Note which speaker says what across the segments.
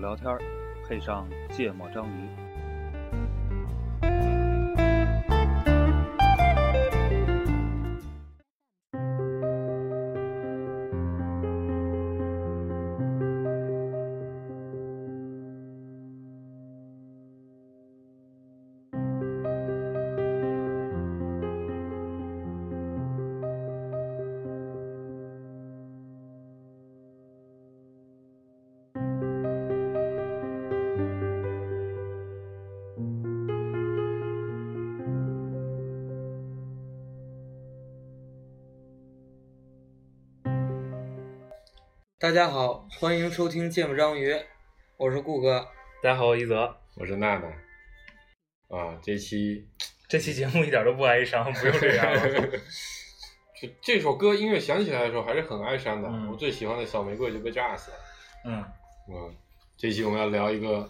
Speaker 1: 聊天，配上芥末章鱼。
Speaker 2: 大家好，欢迎收听《芥末章鱼》，我是顾哥。
Speaker 3: 大家好，我一泽。
Speaker 4: 我是娜娜。啊，这期
Speaker 3: 这期节目一点都不哀伤，不用这 样了。
Speaker 4: 这这首歌音乐响起来的时候还是很哀伤的。
Speaker 3: 嗯
Speaker 4: 我最喜欢的小玫瑰就被炸死了。
Speaker 3: 嗯，
Speaker 4: 嗯，这期我们要聊一个，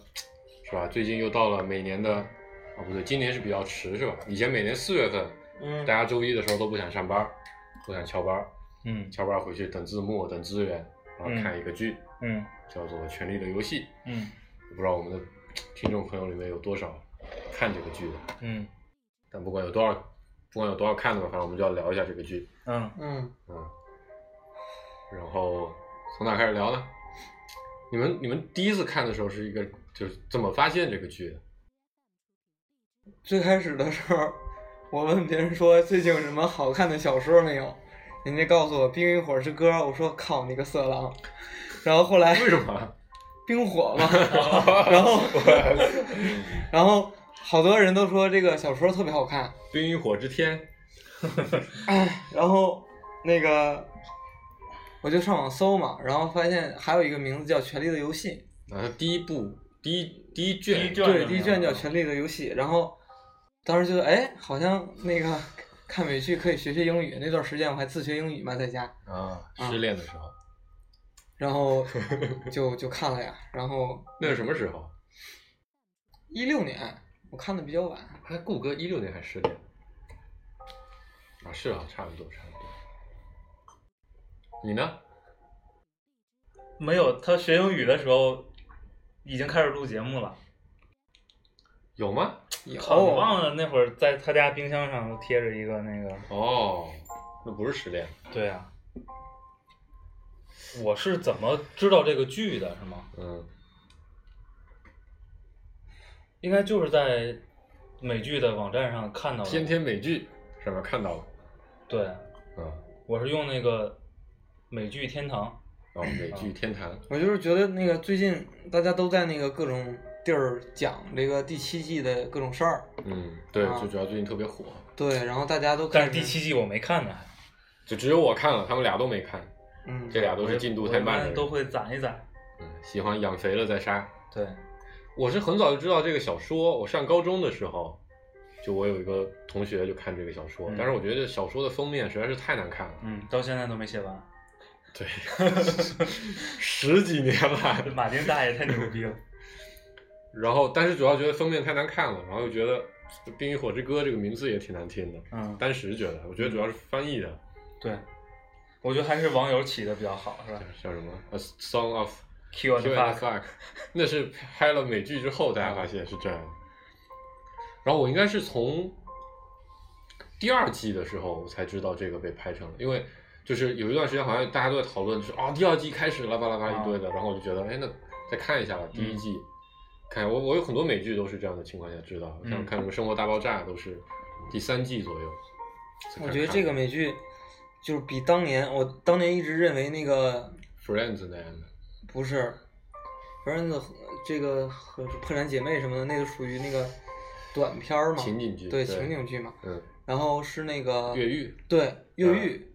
Speaker 4: 是吧？最近又到了每年的，啊不对，今年是比较迟，是吧？以前每年四月份，
Speaker 2: 嗯
Speaker 4: 大，家周一的时候都不想上班，不想翘班，
Speaker 3: 嗯
Speaker 4: 翘班回去等字幕、等资源，然
Speaker 3: 嗯
Speaker 4: 后看一个剧，
Speaker 3: 嗯
Speaker 4: 叫做《权力的游戏》。
Speaker 3: 嗯
Speaker 4: 不知道我们的听众朋友里面有多少看这个剧的，
Speaker 3: 嗯
Speaker 4: 但不管有多少，不管有多少看的吧，反正我们就要聊一下这个剧。
Speaker 3: 嗯，
Speaker 2: 嗯，
Speaker 4: 嗯，然后从哪开始聊呢？你们你们第一次看的时候是一个就是怎么发现这个剧的？
Speaker 2: 最开始的时候，我问别人说最近有什么好看的小说没有，人家告诉我《冰与火之歌》，我说靠你个色狼。然后后来
Speaker 4: 为什么？
Speaker 2: 冰火嘛， 然后然后好多人都说这个小说特别好看，
Speaker 4: 冰与火之天，
Speaker 2: 哎，然后那个我就上网搜嘛，然后发现还有一个名字叫《权力的游戏》。
Speaker 4: 啊，第一部第一第一卷，
Speaker 3: 第一卷
Speaker 2: 对，
Speaker 3: 叫
Speaker 2: 第一
Speaker 3: 什
Speaker 2: 卷
Speaker 3: 么
Speaker 2: 叫《权力的游戏》，然后当时觉得，哎，好像那个看美剧可以学学英语。那段时间我还自学英语嘛，在家，
Speaker 4: 啊，失恋的时候，
Speaker 2: 然 后就就看了呀。然后
Speaker 4: 那是什么时候？
Speaker 2: 一六年我看的比较晚，
Speaker 4: 他顾哥一六年还失恋，啊，是啊，差不多差不多。你呢？
Speaker 3: 没有，他学英语的时候已经开始录节目了。
Speaker 4: 有吗？
Speaker 2: 有
Speaker 3: 靠，你忘了那会儿在他家冰箱上贴着一个那个。
Speaker 4: 哦，那不是失恋，
Speaker 3: 对啊。我是怎么知道这个剧的？是吗？
Speaker 4: 嗯
Speaker 3: 应该就是在美剧的网站上看到，的。
Speaker 4: 天天美剧上面看到了，
Speaker 3: 对，
Speaker 4: 啊，
Speaker 3: 我是用那个美剧天堂。
Speaker 4: 哦，美
Speaker 3: 嗯
Speaker 4: 剧天坛，
Speaker 2: 我就是觉得那个最近大家都在那个各种地儿讲这个第七季的各种事儿，
Speaker 4: 嗯，对
Speaker 2: 啊，
Speaker 4: 就主要最近特别火，
Speaker 2: 对，然后大家都开
Speaker 3: 但是
Speaker 2: 始
Speaker 3: 第七季我没看呢，
Speaker 4: 就只有我看了，他们俩都没看，
Speaker 2: 嗯，
Speaker 4: 这俩都
Speaker 3: 我
Speaker 4: 是
Speaker 3: 一
Speaker 4: 进度
Speaker 3: 我
Speaker 4: 太
Speaker 3: 一
Speaker 4: 慢
Speaker 3: 般
Speaker 4: 的人，
Speaker 3: 都会攒一攒。
Speaker 4: 嗯，喜欢养肥了再杀。
Speaker 3: 对，
Speaker 4: 我是很早就知道这个小说，我上高中的时候，就我有一个同学就看这个小说，
Speaker 3: 嗯
Speaker 4: 但是我觉得小说的封面实在是太难看了，
Speaker 3: 嗯，到现在都没 写完。嗯
Speaker 4: 对，十几年了，
Speaker 3: 马丁大爷太牛逼了。
Speaker 4: 然后但是主要觉得封面太难看了，然后又觉得《冰与火之歌》这个名字也挺难听的，
Speaker 3: 嗯，
Speaker 4: 当时觉得，我觉得主要是翻译的。
Speaker 3: 对，我觉得还是网友起的比较好，是吧
Speaker 4: 叫什么《A Song of
Speaker 3: ？Q and
Speaker 4: Kill and
Speaker 3: Fuck，
Speaker 4: Fuck》，那 是拍了美剧之后大家发现是这样的。然后我应该是从第二季的时候我才知道这个被拍成了，因为就是有一段时间好像大家都在讨论说啊、第二季开始了巴拉巴拉一堆
Speaker 2: 啊
Speaker 4: 的，然后我就觉得哎那再看一下吧第
Speaker 2: 嗯
Speaker 4: 一季，看我我有很多美剧都是这样的情况下知道，像
Speaker 3: 嗯
Speaker 4: 看什么《生活大爆炸》都是第三季左右。才
Speaker 2: 我
Speaker 4: 看
Speaker 2: 觉得
Speaker 4: 看
Speaker 2: 这个美剧就是比当年我当年一直认为那个
Speaker 4: Friends 那样的，
Speaker 2: 不是，反正那个这个和破产姐妹什么的，那个属于那个短片儿嘛，
Speaker 4: 情景剧
Speaker 2: 哦对
Speaker 4: 对
Speaker 2: 情景剧嘛。
Speaker 4: 嗯，
Speaker 2: 然后是那个
Speaker 4: 越狱嗯
Speaker 2: 对越狱，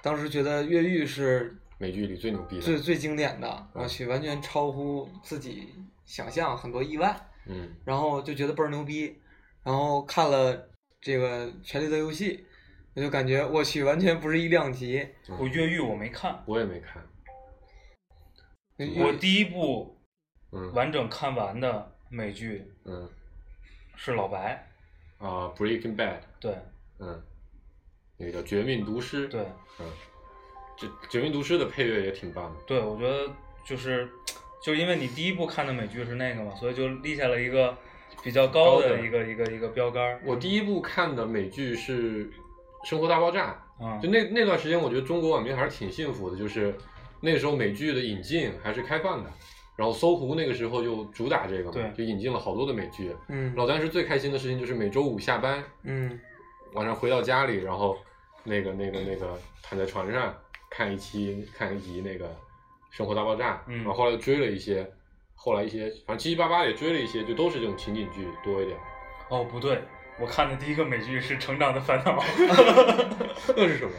Speaker 2: 当时觉得越狱是
Speaker 4: 美剧里最牛逼的，
Speaker 2: 最最经典的，
Speaker 4: 嗯
Speaker 2: 我去，完全超乎自己想象，很多意外，
Speaker 4: 嗯
Speaker 2: 然后就觉得倍儿牛逼，然后看了这个《权力的游戏》，我就感觉我去，完全不是一量级。
Speaker 4: 嗯
Speaker 3: 我越狱我没看，
Speaker 4: 我也没看，
Speaker 2: 嗯
Speaker 3: 我第一部
Speaker 4: 嗯，
Speaker 3: 完整看完的美剧
Speaker 4: 嗯
Speaker 3: 是《老白
Speaker 4: 啊，《Breaking Bad》》，
Speaker 3: 对
Speaker 4: 嗯，那个叫《绝命毒师》，
Speaker 3: 对
Speaker 4: 嗯，这《绝命毒师》的配乐也挺棒的，
Speaker 3: 对，我觉得就是就是因为你第一部看的美剧是那个嘛，所以就立下了一个比较
Speaker 4: 高
Speaker 3: 高的
Speaker 4: 的
Speaker 3: 一个一个一个标杆儿。
Speaker 4: 我第一部看的美剧是《生活大爆炸》，
Speaker 3: 啊
Speaker 4: 就，那那段时间，我觉得中国网民还是挺幸福的，就是那时候美剧的引进还是开放的，然后搜狐那个时候就主打这个嘛
Speaker 3: 对，
Speaker 4: 就引进了好多的美剧。
Speaker 2: 嗯
Speaker 4: 然后当时最开心的事情就是每周五下班
Speaker 2: 嗯
Speaker 4: 晚上回到家里，然后那个那个那个躺在床上看一期看一集那个《生活大爆炸》，
Speaker 3: 嗯
Speaker 4: 然后后来又追了一些，后来一些反正七七八八也追了一些，就都是这种情景剧多一点。
Speaker 3: 哦，不对，我看的第一个美剧是《成长的烦恼》
Speaker 4: 那是什么？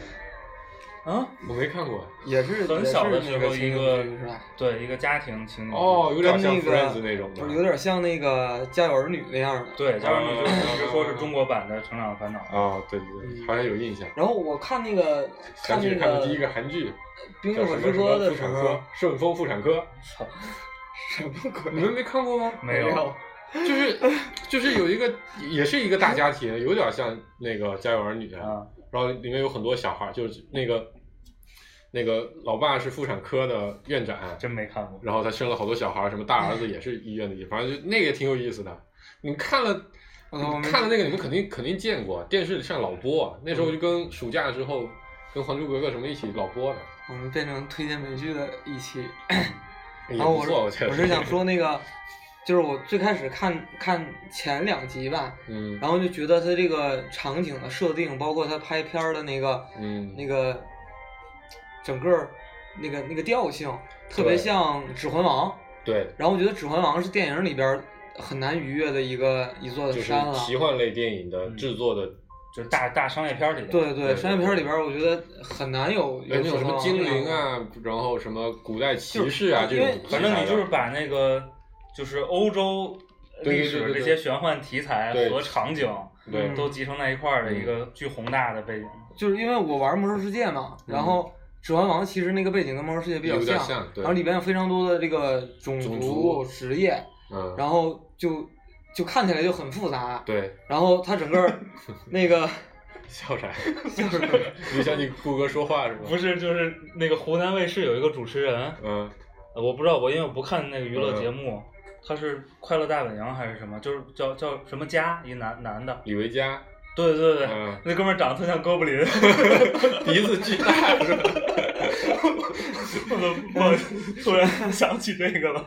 Speaker 3: 啊，
Speaker 4: 我没看过。
Speaker 2: 也是
Speaker 3: 很小的
Speaker 2: 也是
Speaker 3: 时
Speaker 2: 那个
Speaker 3: 候
Speaker 2: 情
Speaker 3: 一
Speaker 2: 景
Speaker 3: 个
Speaker 2: 剧是吧？
Speaker 3: 对一个家庭情侣剧
Speaker 4: 哦，有点像
Speaker 2: 那个
Speaker 4: Friends 那种的，
Speaker 2: 就是有点像那个《家有儿女》那样的。
Speaker 3: 对，家庭就是
Speaker 4: 啊
Speaker 3: 一直说是中国版的《成长的烦恼》
Speaker 4: 啊，对对对，
Speaker 2: 嗯
Speaker 4: 好像有印象。
Speaker 2: 然后我看那个
Speaker 4: 想
Speaker 2: 看
Speaker 4: 起
Speaker 2: 那
Speaker 4: 看的
Speaker 2: 个
Speaker 4: 第一个韩剧
Speaker 2: 《
Speaker 4: 叫
Speaker 2: 冰与
Speaker 4: 什
Speaker 2: 火
Speaker 4: 么
Speaker 2: 之
Speaker 4: 什
Speaker 2: 歌》
Speaker 4: 么
Speaker 2: 的
Speaker 4: 妇
Speaker 2: 时
Speaker 4: 产
Speaker 2: 候
Speaker 4: 科，，顺丰妇产科，
Speaker 2: 什么鬼？
Speaker 4: 你们没看过吗？
Speaker 3: 没有
Speaker 2: 有？
Speaker 4: 就是就是有一个也是一个大家庭，有点像那个《家有儿女》，
Speaker 3: 啊，
Speaker 4: 然后里面有很多小孩儿，就是那个那个老爸是妇产科的院长，
Speaker 3: 真没看过。
Speaker 4: 然后他生了好多小孩儿，什么大儿子也是医院的，反正就那个也挺有意思的。你看了，
Speaker 2: 我操我
Speaker 4: 你
Speaker 2: 没
Speaker 4: 看了那个，你们肯定肯定见过，电视上老播。啊那时候就跟暑假的时候跟《还珠格格》什么一起老播的，
Speaker 2: 我们变成推荐美剧的一期。
Speaker 4: 也
Speaker 2: 然后啊
Speaker 4: 不
Speaker 2: 我是
Speaker 4: 错。我觉得
Speaker 2: 我是想，说那个，就是我最开始看看前两集吧，
Speaker 4: 嗯
Speaker 2: 然后就觉得它这个场景的设定，包括它拍片儿的那个
Speaker 4: 嗯，
Speaker 2: 那个整个儿那个那个调性，特别
Speaker 4: 对
Speaker 2: 像《指环王》。
Speaker 4: 对，
Speaker 2: 然后我觉得《指环王》是电影里边儿很难逾越的一个一座
Speaker 4: 就是
Speaker 2: 山了。
Speaker 4: 奇幻类电影的
Speaker 2: 嗯
Speaker 4: 制作的，
Speaker 3: 就是大大商业片儿里的，
Speaker 2: 对对，
Speaker 4: 对
Speaker 2: 商业片儿里边儿我觉得很难有有
Speaker 4: 有那种什么精灵
Speaker 2: 啊，
Speaker 4: 啊，然后什么古代骑士啊
Speaker 2: 就
Speaker 4: 这
Speaker 2: 是因
Speaker 4: 种
Speaker 2: 为
Speaker 4: 题材
Speaker 3: 反
Speaker 4: 的，
Speaker 3: 正你就是把那个就是欧洲
Speaker 4: 对
Speaker 3: 历
Speaker 4: 对对
Speaker 3: 史
Speaker 4: 对
Speaker 3: 这
Speaker 4: 对
Speaker 3: 些玄幻题材
Speaker 4: 对
Speaker 3: 和场景
Speaker 4: 对
Speaker 3: 都集成在一块儿的一个巨宏大的背景。
Speaker 2: 就是因为我玩魔兽世界嘛，然后《指环王》其实那个背景跟魔兽世界比较
Speaker 4: 嗯有点
Speaker 2: 像，
Speaker 4: 像，对
Speaker 2: 然后，里边有非常多的这个种
Speaker 4: 种
Speaker 2: 族、
Speaker 4: 族
Speaker 2: 职业，
Speaker 4: 嗯，
Speaker 2: 然后就就看起来就很复杂。
Speaker 4: 对，
Speaker 2: 然后它整个 儿那个
Speaker 4: 笑 啥？
Speaker 2: 像是
Speaker 4: 你想你顾哥说话是吗？
Speaker 3: 不是，就是那个湖南卫视有一个主持人，
Speaker 4: 嗯，
Speaker 3: 呃我不知道，我因为我不看那个娱乐节目，他是《快乐大本营》还是什么，就是叫叫什么家，一男男的，
Speaker 4: 李维嘉，
Speaker 3: 对对对，
Speaker 4: 嗯
Speaker 3: 那哥们儿长得特像哥布林，
Speaker 4: 鼻子巨大是吧？
Speaker 3: 我我突然想起这个了，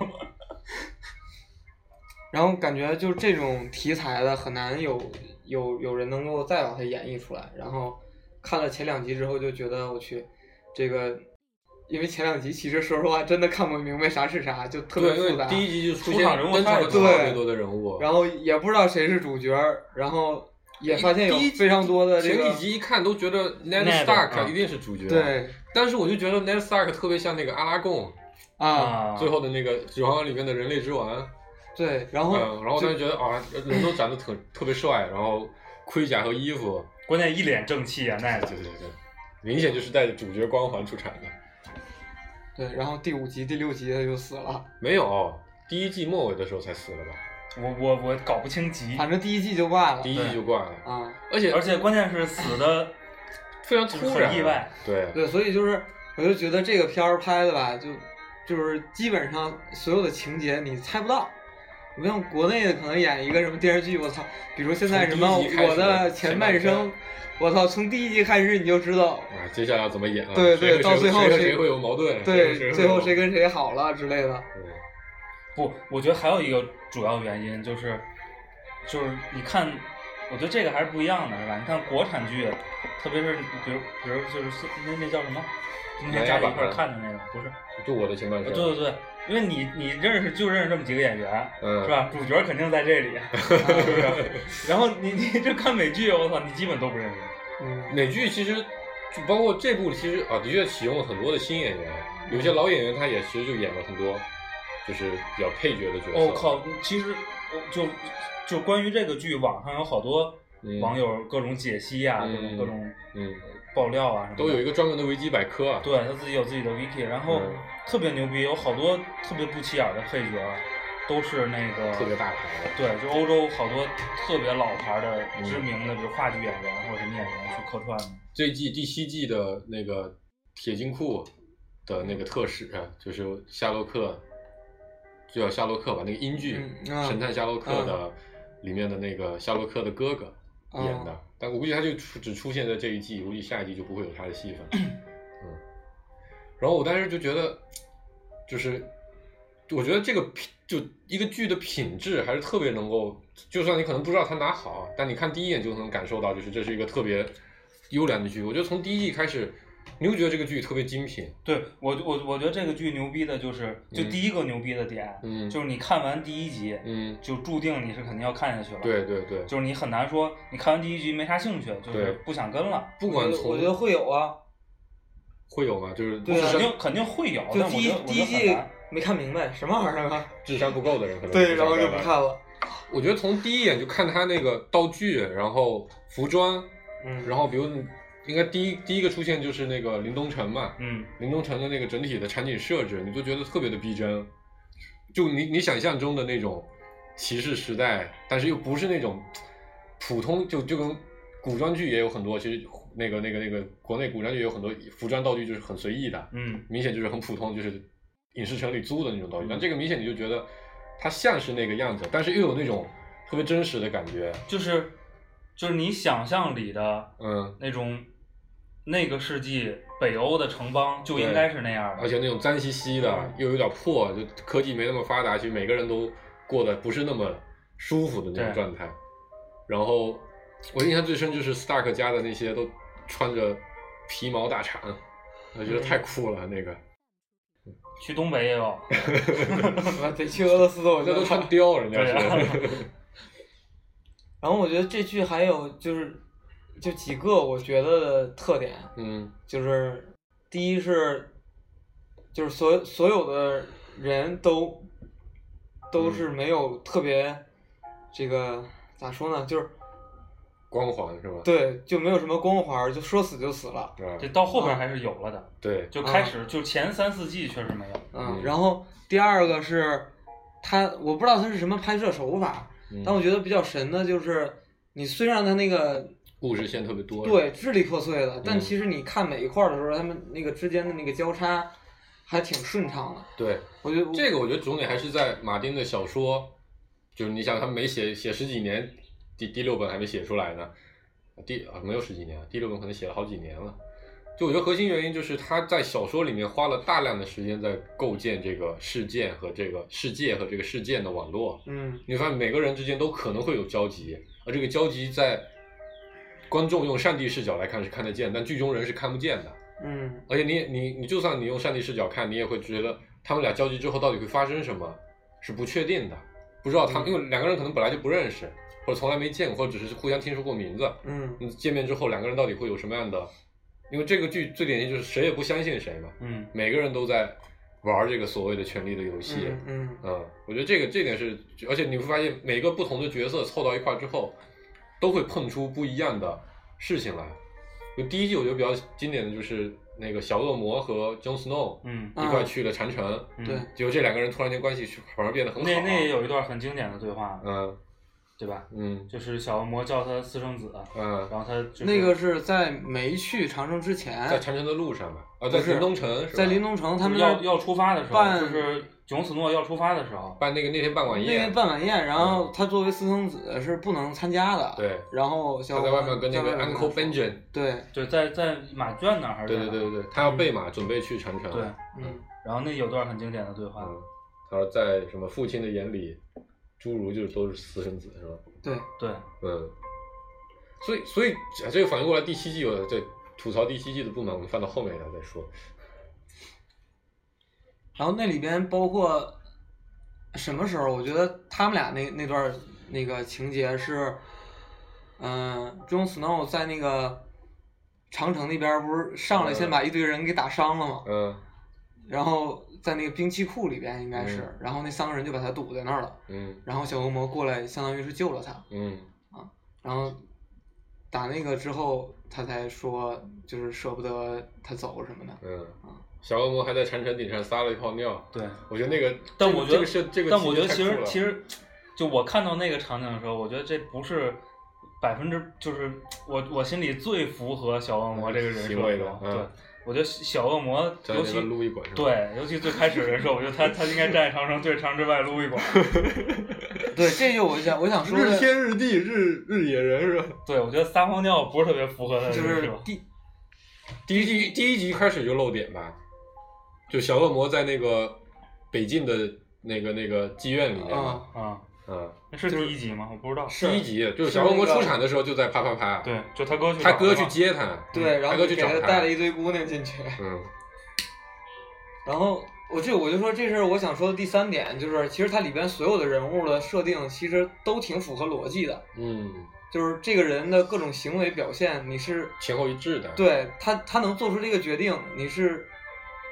Speaker 2: 然后感觉就这种题材的很难有有有人能够再把它演绎出来。然后看了前两集之后，就觉得我去，这个因为前两集其实说实话真的看不明白啥是啥，就特别
Speaker 4: 对，因
Speaker 2: 复
Speaker 4: 为
Speaker 2: 杂。
Speaker 4: 第一集就出现
Speaker 3: 出场人物
Speaker 4: 登场
Speaker 3: 太
Speaker 4: 了特
Speaker 2: 多了
Speaker 4: 别多的人物，
Speaker 2: 然后也不知道谁是主角，然后也发现有
Speaker 4: 第一
Speaker 2: 非常多的这
Speaker 4: 前
Speaker 2: 个
Speaker 4: 几集一看都觉得 Ned
Speaker 3: Ned，
Speaker 4: Stark
Speaker 3: 嗯
Speaker 4: 一定是主角，，
Speaker 2: 对
Speaker 4: 但是我就觉得 Ned Stark 特别像那个阿拉贡，
Speaker 2: 啊
Speaker 4: 最后的那个《指环王》里面的人类之王，
Speaker 2: 对，然后
Speaker 4: 嗯，然后当时觉得啊，人都长得特特别帅，然后盔甲和衣服，
Speaker 3: 关键一脸正气啊，那
Speaker 4: 哎，对对对，明显就是带着主角光环出场的。
Speaker 2: 对，然后第五集、第六集他就死了，
Speaker 4: 没有，第一季末尾的时候才死了吧？
Speaker 3: 我我我搞不清急，
Speaker 2: 反正第一季就挂了
Speaker 4: 第一季就挂了，
Speaker 2: 啊。
Speaker 4: 而且
Speaker 3: 而且关键是死的，
Speaker 4: 非常突然，啊
Speaker 3: 很意外。
Speaker 4: 对，
Speaker 2: 对，所以就是我就觉得这个片儿拍的吧，就就是基本上所有的情节你猜不到。你像国内的可能演一个什么电视剧，我操，比如现在什么
Speaker 4: 从第一集开始
Speaker 2: 我的前半
Speaker 4: 前半
Speaker 2: 生
Speaker 4: 生，
Speaker 2: 我操，从第一集开始你就知道，
Speaker 4: 啊，接下来要怎么演了？
Speaker 2: 对对
Speaker 4: 谁和
Speaker 2: 到最后
Speaker 4: 谁和
Speaker 2: 谁
Speaker 4: 谁会有矛盾？谁
Speaker 2: 对，
Speaker 4: 和
Speaker 2: 最后谁
Speaker 4: 会
Speaker 2: 跟
Speaker 4: 有
Speaker 2: 谁好了之类的。
Speaker 4: 矛盾
Speaker 3: 不，我觉得还有一个主要原因就是，就是你看，我觉得这个还是不一样的，是吧？你看国产剧，特别是比如比如就是是那那叫什么，今天家里一块儿看的那个，不是？
Speaker 4: 对就我的前半
Speaker 3: 呃
Speaker 4: 生，
Speaker 3: 对对对，因为你你认识就认识这么几个演员，
Speaker 4: 嗯，
Speaker 3: 是？吧？主角肯定在这里，啊 是不是？然后你你这看美剧，我操，你基本都不认识。
Speaker 2: 嗯，
Speaker 4: 美剧其实就包括这部，其实啊，的确启用了很多的新演员，有些老演员他也其实就演了很多，就是比较配角的角色。
Speaker 3: 我、哦靠，其实我就就关于这个剧，网上有好多
Speaker 4: 嗯
Speaker 3: 网友各种解析啊，各种
Speaker 4: 嗯
Speaker 3: 各种
Speaker 4: 嗯，
Speaker 3: 爆料啊什么的，
Speaker 4: 都有一个专门的维基百科啊。，
Speaker 3: 对他自己有自己的 wiki，然后
Speaker 4: 嗯
Speaker 3: 特别牛逼，有好多特别不起眼的配角，啊都是那个
Speaker 4: 特别大牌的
Speaker 3: 对，就欧洲好多特别老牌的、
Speaker 4: 嗯
Speaker 3: 知名的，比如话剧演员或者什么演员去客串的。
Speaker 4: 这季第七季的那啊个铁金库的那个特使，就是夏洛克就叫夏洛克吧，那个英剧
Speaker 2: 嗯啊
Speaker 4: 《神探夏洛克》的里面的那个夏洛克的哥哥
Speaker 2: 啊
Speaker 4: 演的，但我估计他就出只出现在这一季，估计下一季就不会有他的戏份。 嗯，然后我当时就觉得，就是我觉得这个品就一个剧的品质还是特别能够，就算你可能不知道它哪好，啊但你看第一眼就能感受到，就是这是一个特别优良的剧。我觉得从第一季开始，你会觉得这个剧特别精品。
Speaker 3: 对我我我觉得这个剧牛逼的就是，就
Speaker 4: 嗯
Speaker 3: 第一个牛逼的点，
Speaker 4: 嗯，
Speaker 3: 就是你看完第一集，
Speaker 4: 嗯，
Speaker 3: 就注定你是肯定要看下去了。
Speaker 4: 对，对对，
Speaker 3: 就是你很难说你看完第一集没啥兴趣，就是
Speaker 4: 对
Speaker 3: 不想跟了。
Speaker 4: 不管
Speaker 2: 我觉得
Speaker 4: 从哦
Speaker 2: 我觉得会有啊，
Speaker 4: 会有吗？就是
Speaker 2: 对啊
Speaker 3: 肯定肯定会有，
Speaker 2: 就
Speaker 3: 但
Speaker 2: 第
Speaker 3: 我觉
Speaker 2: 一
Speaker 3: 得我
Speaker 2: 第
Speaker 3: 觉
Speaker 2: 一
Speaker 3: 得很
Speaker 2: 季
Speaker 3: 难。
Speaker 2: 没看明白什么玩意儿啊，
Speaker 4: 智商不够的人可能
Speaker 2: 对，
Speaker 4: 知道
Speaker 2: 然后就不
Speaker 4: 该
Speaker 2: 看了，
Speaker 4: 我觉得从第一眼就看他那个道具，然后服装，
Speaker 2: 嗯，
Speaker 4: 然后比如你应该第一第一个出现就是那个林东城嘛，
Speaker 3: 嗯，
Speaker 4: 林东城的那个整体的场景设置，你就觉得特别的逼真，就你你想象中的那种骑士时代，但是又不是那种普通，就就跟古装剧也有很多，其实那个那个那个国内古装剧也有很多服装道具就是很随意的，
Speaker 3: 嗯
Speaker 4: 明显就是很普通，就是影视城里租的那种道具。
Speaker 3: 嗯
Speaker 4: 但这个明显你就觉得它像是那个样子，但是又有那种特别真实的感觉。
Speaker 3: 就是就是你想象里的
Speaker 4: 嗯，
Speaker 3: 那种那个世纪北欧的城邦就应该是那样
Speaker 4: 而
Speaker 3: 的。
Speaker 4: 且那种脏兮兮的
Speaker 3: 嗯，
Speaker 4: 又有点破，就科技没那么发达，其实每个人都过得不是那么舒服的那
Speaker 3: 对
Speaker 4: 种状态。然后我印象最深就是 Stark 家的那些都穿着皮毛大氅，我觉得
Speaker 3: 嗯
Speaker 4: 太酷了、那个。
Speaker 3: 去东北也有，
Speaker 2: 啊得去俄罗斯，我
Speaker 4: 人
Speaker 2: 觉得
Speaker 4: 家 都穿貂，人家是。
Speaker 3: 哦对啊
Speaker 2: 然后我觉得这剧还有就是，就几个我觉得的特点，
Speaker 4: 嗯
Speaker 2: 就是第一是，就是所有所有的人都都是没有特别这个咋说呢，就是
Speaker 4: 光环是吧？
Speaker 2: 对就没有什么光环儿，就说死就死了，
Speaker 4: 对吧
Speaker 3: 这？到后边还是有了的。
Speaker 4: 对，
Speaker 3: 就开始就前三四季确实没有，
Speaker 2: 嗯。
Speaker 4: 嗯
Speaker 2: 然后第二个是，他我不知道他是什么拍摄手法，
Speaker 4: 嗯
Speaker 2: 但我觉得比较神的就是，你虽然他那个
Speaker 4: 故事线特别多。
Speaker 2: 对，支离破碎的，但
Speaker 4: 嗯
Speaker 2: 其实你看每一块儿的时候，他们那个之间的那个交叉还挺顺畅的。
Speaker 4: 对，
Speaker 2: 我觉得
Speaker 4: 这个我觉得总体还是在马丁的小说，就是你想他没写写十几年，第第六本还没写出来呢，第啊没有十几年，第六本可能写了好几年了。就我觉得核心原因就是他在小说里面花了大量的时间在构建这个事件和这个世界和这个事件的网络，
Speaker 2: 嗯
Speaker 4: 你会发现每个人之间都可能会有交集，而这个交集在观众用上帝视角来看是看得见，但剧中人是看不见的。
Speaker 2: 嗯
Speaker 4: 而且你你你就算你用上帝视角看，你也会觉得他们俩交集之后到底会发生什么，是不确定的，不知道他们，因为两个人可能本来就不认识，或者从来没见过，或者只是互相听说过名字。
Speaker 2: 嗯
Speaker 4: 嗯，见面之后两个人到底会有什么样的？因为这个剧最典型就是谁也不相信谁嘛，
Speaker 3: 嗯，
Speaker 4: 每个人都在玩这个所谓的权力的游戏。
Speaker 2: 嗯嗯
Speaker 4: 嗯，我觉得这个这点是，而且你会发现每个不同的角色凑到一块儿之后，都会碰出不一样的事情来。就第一季我觉得比较经典的就是那个小恶魔和 Jon Snow
Speaker 3: 嗯
Speaker 4: 一块儿去了长城，
Speaker 3: 嗯
Speaker 2: 对
Speaker 4: 结果这两个人突然间关系是反而变得很好。
Speaker 3: 那那也有一段很经典的对话，
Speaker 4: 嗯
Speaker 3: 对吧？
Speaker 4: 嗯
Speaker 3: 就是小恶魔叫他私生子，
Speaker 4: 嗯，
Speaker 3: 然后他就是
Speaker 2: 那个是在没去长城之
Speaker 4: 在
Speaker 2: 前，
Speaker 4: 长城的路上嘛，啊，
Speaker 2: 哎不
Speaker 4: 在
Speaker 2: 是
Speaker 4: 林东城是吧
Speaker 2: 在临冬城他们那
Speaker 3: 要
Speaker 2: 儿
Speaker 3: 要出发的时候，
Speaker 2: 办
Speaker 3: 就是囧斯诺要出发的时候，
Speaker 4: 办那个那天办晚
Speaker 2: 那
Speaker 4: 宴嗯
Speaker 2: 个，办晚宴，然后他作为私生子是不能参加的。。
Speaker 4: 对，
Speaker 2: 然后小
Speaker 4: 他在外面跟那个
Speaker 2: 在外面
Speaker 4: Uncle
Speaker 2: 跟他说
Speaker 4: Benjamin，
Speaker 2: 对，
Speaker 3: 对，在在马圈那儿还是
Speaker 4: 对对
Speaker 3: 在哪
Speaker 4: 对对对，他要备马准备去长城。
Speaker 3: 对
Speaker 2: 嗯
Speaker 3: 然后那有段很经典的对话，
Speaker 4: 嗯，他说在什么父亲的眼里，侏儒就是都是私生子，是吧？
Speaker 2: 对，
Speaker 3: 对，
Speaker 4: 嗯，所以所以啊这个反应过来，第七季有这吐槽第七季的部门，我们放到后面来再说。
Speaker 2: 然后那里边包括什么时候？我觉得他们俩那那段儿那个情节是，嗯、j o n Snow 在那个长城那边儿不是上来先
Speaker 4: 嗯
Speaker 2: 把一堆人给打伤了吗？
Speaker 4: 嗯
Speaker 2: 然后在那个兵器库里边应该是，然后那三个人就把他堵在那儿了，
Speaker 4: 嗯
Speaker 2: 然后小恶魔过来相当于是救了他，
Speaker 4: 嗯
Speaker 2: 然后打那个之后他才说就是舍不得他走什么的，
Speaker 4: 嗯，小恶魔还在长城顶上撒了一泡尿，
Speaker 3: 对，
Speaker 4: 我觉得那个，
Speaker 3: 但
Speaker 4: 这个
Speaker 3: 我觉
Speaker 4: 这
Speaker 3: 得
Speaker 4: 个是这个，
Speaker 3: 但我觉得其实其，实，就我看到那个场景的时候，我觉得这不是百分之，就是我我心里最符合小恶魔这个人设
Speaker 4: 行为的
Speaker 3: 的，
Speaker 4: 嗯
Speaker 3: 对，我觉得小恶魔，
Speaker 4: 在
Speaker 3: 尤
Speaker 4: 那个
Speaker 3: 其
Speaker 4: 路易馆是吧？，
Speaker 3: 对，尤其最开始的时候，我觉得他他应该站长城最长之外撸一管。
Speaker 2: 对，这就我想我想说
Speaker 4: 日
Speaker 2: 的，
Speaker 4: 天日地日日野人是吧？
Speaker 3: 对，我觉得撒泡尿不是特别符合他的
Speaker 2: 就
Speaker 3: 这
Speaker 2: 是
Speaker 3: 种。
Speaker 2: 第
Speaker 4: 第一集第一集开始就露点吧，就小恶魔在那个北进的那个那个妓院里面嘛，
Speaker 2: 啊，
Speaker 3: 啊，
Speaker 4: 嗯，
Speaker 3: 那是第一集吗？我不知道。
Speaker 2: 是
Speaker 4: 第一集就是小恶魔出场的时候就在啪啪啪，
Speaker 3: 对，就他哥去
Speaker 4: 他
Speaker 3: 找嘛。
Speaker 4: 哥去接他，
Speaker 2: 对，然
Speaker 4: 他
Speaker 2: 后就
Speaker 4: 哥去
Speaker 2: 给
Speaker 4: 找
Speaker 2: 他带了一堆姑娘进去，
Speaker 4: 嗯，
Speaker 2: 然后我这我就说这是我想说的第三点，就是其实它里边所有的人物的设定其实都挺符合逻辑的，
Speaker 4: 嗯，
Speaker 2: 就是这个人的各种行为表现，你是
Speaker 4: 前后一致的，
Speaker 2: 对他他能做出这个决定，你是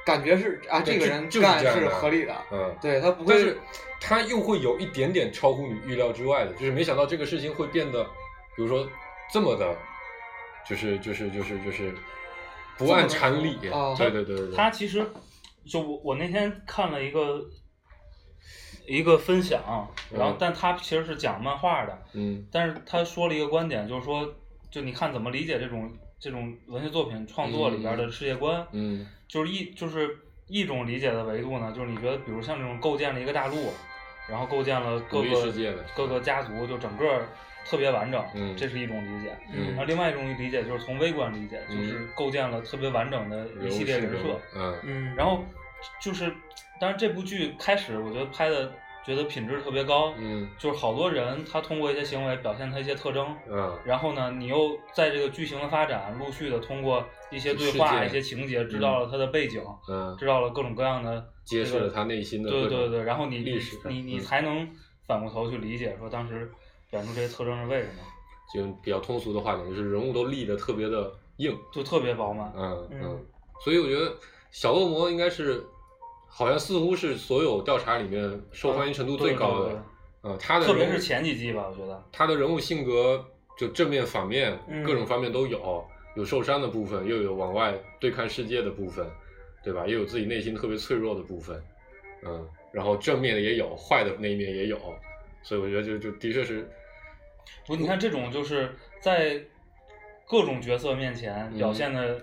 Speaker 2: 感觉是啊
Speaker 4: 对
Speaker 2: 这个
Speaker 4: 就
Speaker 2: 人
Speaker 4: 就是
Speaker 2: 干
Speaker 4: 这样
Speaker 2: 是
Speaker 4: 的
Speaker 2: 合理的，
Speaker 4: 嗯，
Speaker 2: 对他不
Speaker 4: 但
Speaker 2: 会
Speaker 4: 是他又会有一点点超乎你预料之外的，就是没想到这个事情会变得，比如说这么的，就是就是就是就是不按常理，
Speaker 2: 这么的哦
Speaker 4: 对对对对对，
Speaker 3: 啊他其实就我我那天看了一个一个分享，然后
Speaker 4: 嗯
Speaker 3: 但他其实是讲漫画的，
Speaker 4: 嗯
Speaker 3: 但是他说了一个观点，就是说，就你看怎么理解这种这种文学作品创作里边的世界观，
Speaker 4: 嗯
Speaker 3: 就是一就是一种理解的维度呢，就是你觉得比如像这种构建了一个大陆，然后构建了各
Speaker 4: 独立
Speaker 3: 个
Speaker 4: 世界的
Speaker 3: 各个家族，就整个特别完整，
Speaker 4: 嗯
Speaker 3: 这是一种理解。
Speaker 2: 嗯
Speaker 3: 然后另外一种理解就是从微观理解，
Speaker 4: 嗯
Speaker 3: 就是构建了特别完整的一系列人设。
Speaker 4: 嗯
Speaker 2: 嗯，
Speaker 3: 然后就是，当然这部剧开始我觉得拍的觉得品质特别高，
Speaker 4: 嗯
Speaker 3: 就是好多人他通过一些行为表现他一些特征，
Speaker 4: 嗯
Speaker 3: 然后呢，你又在这个剧情的发展，陆续的通过一些对
Speaker 4: 世
Speaker 3: 话、
Speaker 4: 界
Speaker 3: 一些情节，知道了他的背景，
Speaker 4: 嗯，
Speaker 3: 知道了各种各样的，
Speaker 4: 揭示了他内心的
Speaker 3: 对
Speaker 4: 各
Speaker 3: 对
Speaker 4: 种
Speaker 3: 对对，然后你
Speaker 4: 历史，
Speaker 3: 你你
Speaker 4: 嗯
Speaker 3: 才能反过头去理解说当时表现出这些特征是为什么，
Speaker 4: 就比较通俗的话讲，就是人物都立的特别的硬，
Speaker 3: 就特别饱满。
Speaker 4: 嗯
Speaker 2: 嗯
Speaker 4: 嗯，所以我觉得小恶魔应该是，好像似乎是所有调查里面受欢迎程度最高
Speaker 3: 对对
Speaker 4: 的，嗯，他的
Speaker 3: 特别
Speaker 4: 人物
Speaker 3: 是前几季吧，我觉得，
Speaker 4: 他的人物性格就正面反面
Speaker 2: 嗯
Speaker 4: 各种方面都有，有受伤的部分，又有往外对抗世界的部分，对吧？也有自己内心特别脆弱的部分，嗯，然后正面的也有，坏的那一面也有，所以我觉得就就的确是，
Speaker 3: 不，你看这种就是在各种角色面前
Speaker 4: 嗯
Speaker 3: 表现的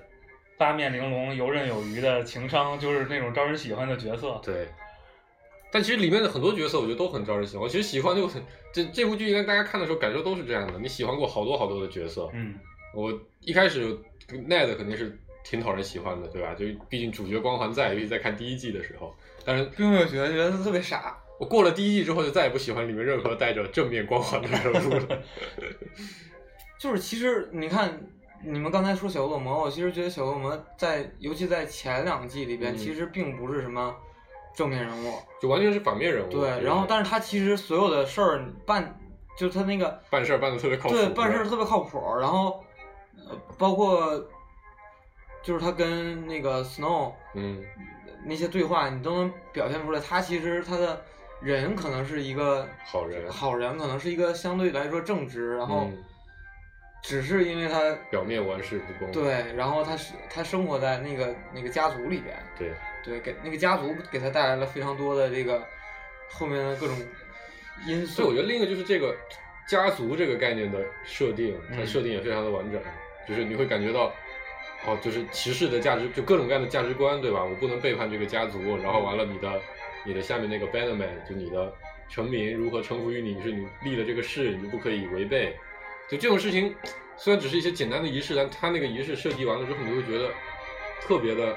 Speaker 3: 八面玲珑、游刃有余的情商，就是那种招人喜欢的角色。
Speaker 4: 对。但其实里面的很多角色，我觉得都很招人喜欢。我其实喜欢就很这这部剧，应该大家看的时候感受都是这样的。你喜欢过好多好多的角色，
Speaker 3: 嗯，
Speaker 4: 我一开始 Ned 肯定是挺讨人喜欢的，对吧？就毕竟主角光环在，尤其在看第一季的时候。但是
Speaker 2: 并没有觉得觉得他特别傻，
Speaker 4: 我过了第一季之后，就再也不喜欢里面任何带着正面光环的人物了。
Speaker 2: 就是其实你看，你们刚才说小恶魔，我其实觉得小恶魔在，尤其在前两季里边，
Speaker 4: 嗯
Speaker 2: 其实并不是什么正面人物。
Speaker 4: 就完全是反面人物。
Speaker 2: 对，然后但
Speaker 4: 是
Speaker 2: 是他其实所有的事儿办，就他那个
Speaker 4: 办事儿办的特别靠谱，
Speaker 2: 对办事儿特别靠谱儿，然后、呃、包括就是他跟那个 Snow
Speaker 4: 嗯
Speaker 2: 那些对话，你都能表现出来，他其实他的人可能是一个
Speaker 4: 好人，
Speaker 2: 好人，可能是一个相对来说正直，然后
Speaker 4: 嗯
Speaker 2: 只是因为他。
Speaker 4: 表面玩世不恭。
Speaker 2: 对，然后他是他生活在那个那个家族里边，
Speaker 4: 对
Speaker 2: 对，给那个家族给他带来了非常多的这个后面的各种因
Speaker 4: 所
Speaker 2: 素。
Speaker 4: 以我觉得另一个就是这个家族这个概念的设定，它
Speaker 3: 嗯
Speaker 4: 设定也非常的完整，就是你会感觉到。哦，就是骑士的价值，就各种各样的价值观，对吧？我不能背叛这个家族，然后完了，你的，你的下面那个 bannerman，就你的臣民如何臣服于你，是你立了这个誓，你就不可以违背。就这种事情，虽然只是一些简单的仪式，但他那个仪式设计完了之后，你就会觉得特别的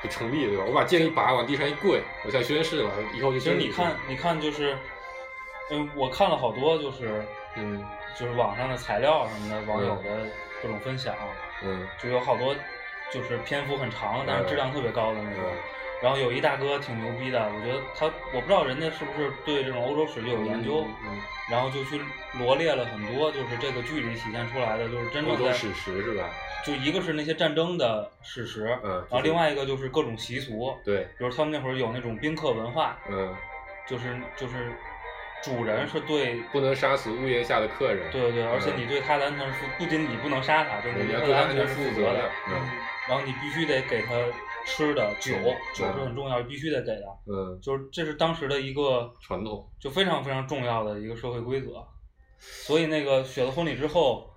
Speaker 4: 不成立，对吧？我把剑一拔，往地上一跪，我才宣誓了，以后就
Speaker 3: 其实
Speaker 4: 宣誓
Speaker 3: 你看，你看就是，嗯，我看了好多就是
Speaker 4: 嗯
Speaker 3: 就是网上的材料什么的，网友的各种分享，
Speaker 4: 嗯
Speaker 3: 就有好多就是篇幅很长，但是质量特别高的那种
Speaker 4: 嗯。
Speaker 3: 然后有一大哥挺牛逼的，我觉得他，我不知道人家是不是对这种欧洲史就有研究，
Speaker 4: 嗯
Speaker 3: 然后就去罗列了很多，就是这个剧里体现出来的，就是真
Speaker 4: 欧
Speaker 3: 正
Speaker 4: 洲
Speaker 3: 在，
Speaker 4: 史实是吧？
Speaker 3: 就一个是那些战争的史实，
Speaker 4: 嗯
Speaker 3: 然
Speaker 4: 就
Speaker 3: 后
Speaker 4: 是
Speaker 3: 另外一个就是各种习俗，
Speaker 4: 对，
Speaker 3: 比如他们那会儿有那种宾客文化，
Speaker 4: 嗯，
Speaker 3: 就是就是主人是对，
Speaker 4: 不能杀死屋檐下的客人，
Speaker 3: 对对对，而且
Speaker 4: 嗯
Speaker 3: 你对他的安全是负，不仅你不能杀他，就是
Speaker 4: 你
Speaker 3: 你
Speaker 4: 要
Speaker 3: 他
Speaker 4: 对
Speaker 3: 的
Speaker 4: 他
Speaker 3: 安
Speaker 4: 安全
Speaker 3: 全是
Speaker 4: 负
Speaker 3: 责
Speaker 4: 责的，嗯
Speaker 3: 然后你必须得给他吃的酒，酒是很重要，必须得给的，
Speaker 4: 嗯，
Speaker 3: 就是这是当时的一个
Speaker 4: 传统，
Speaker 3: 就非常非常重要的一个社会规则。所以那个《雪的婚礼》之后，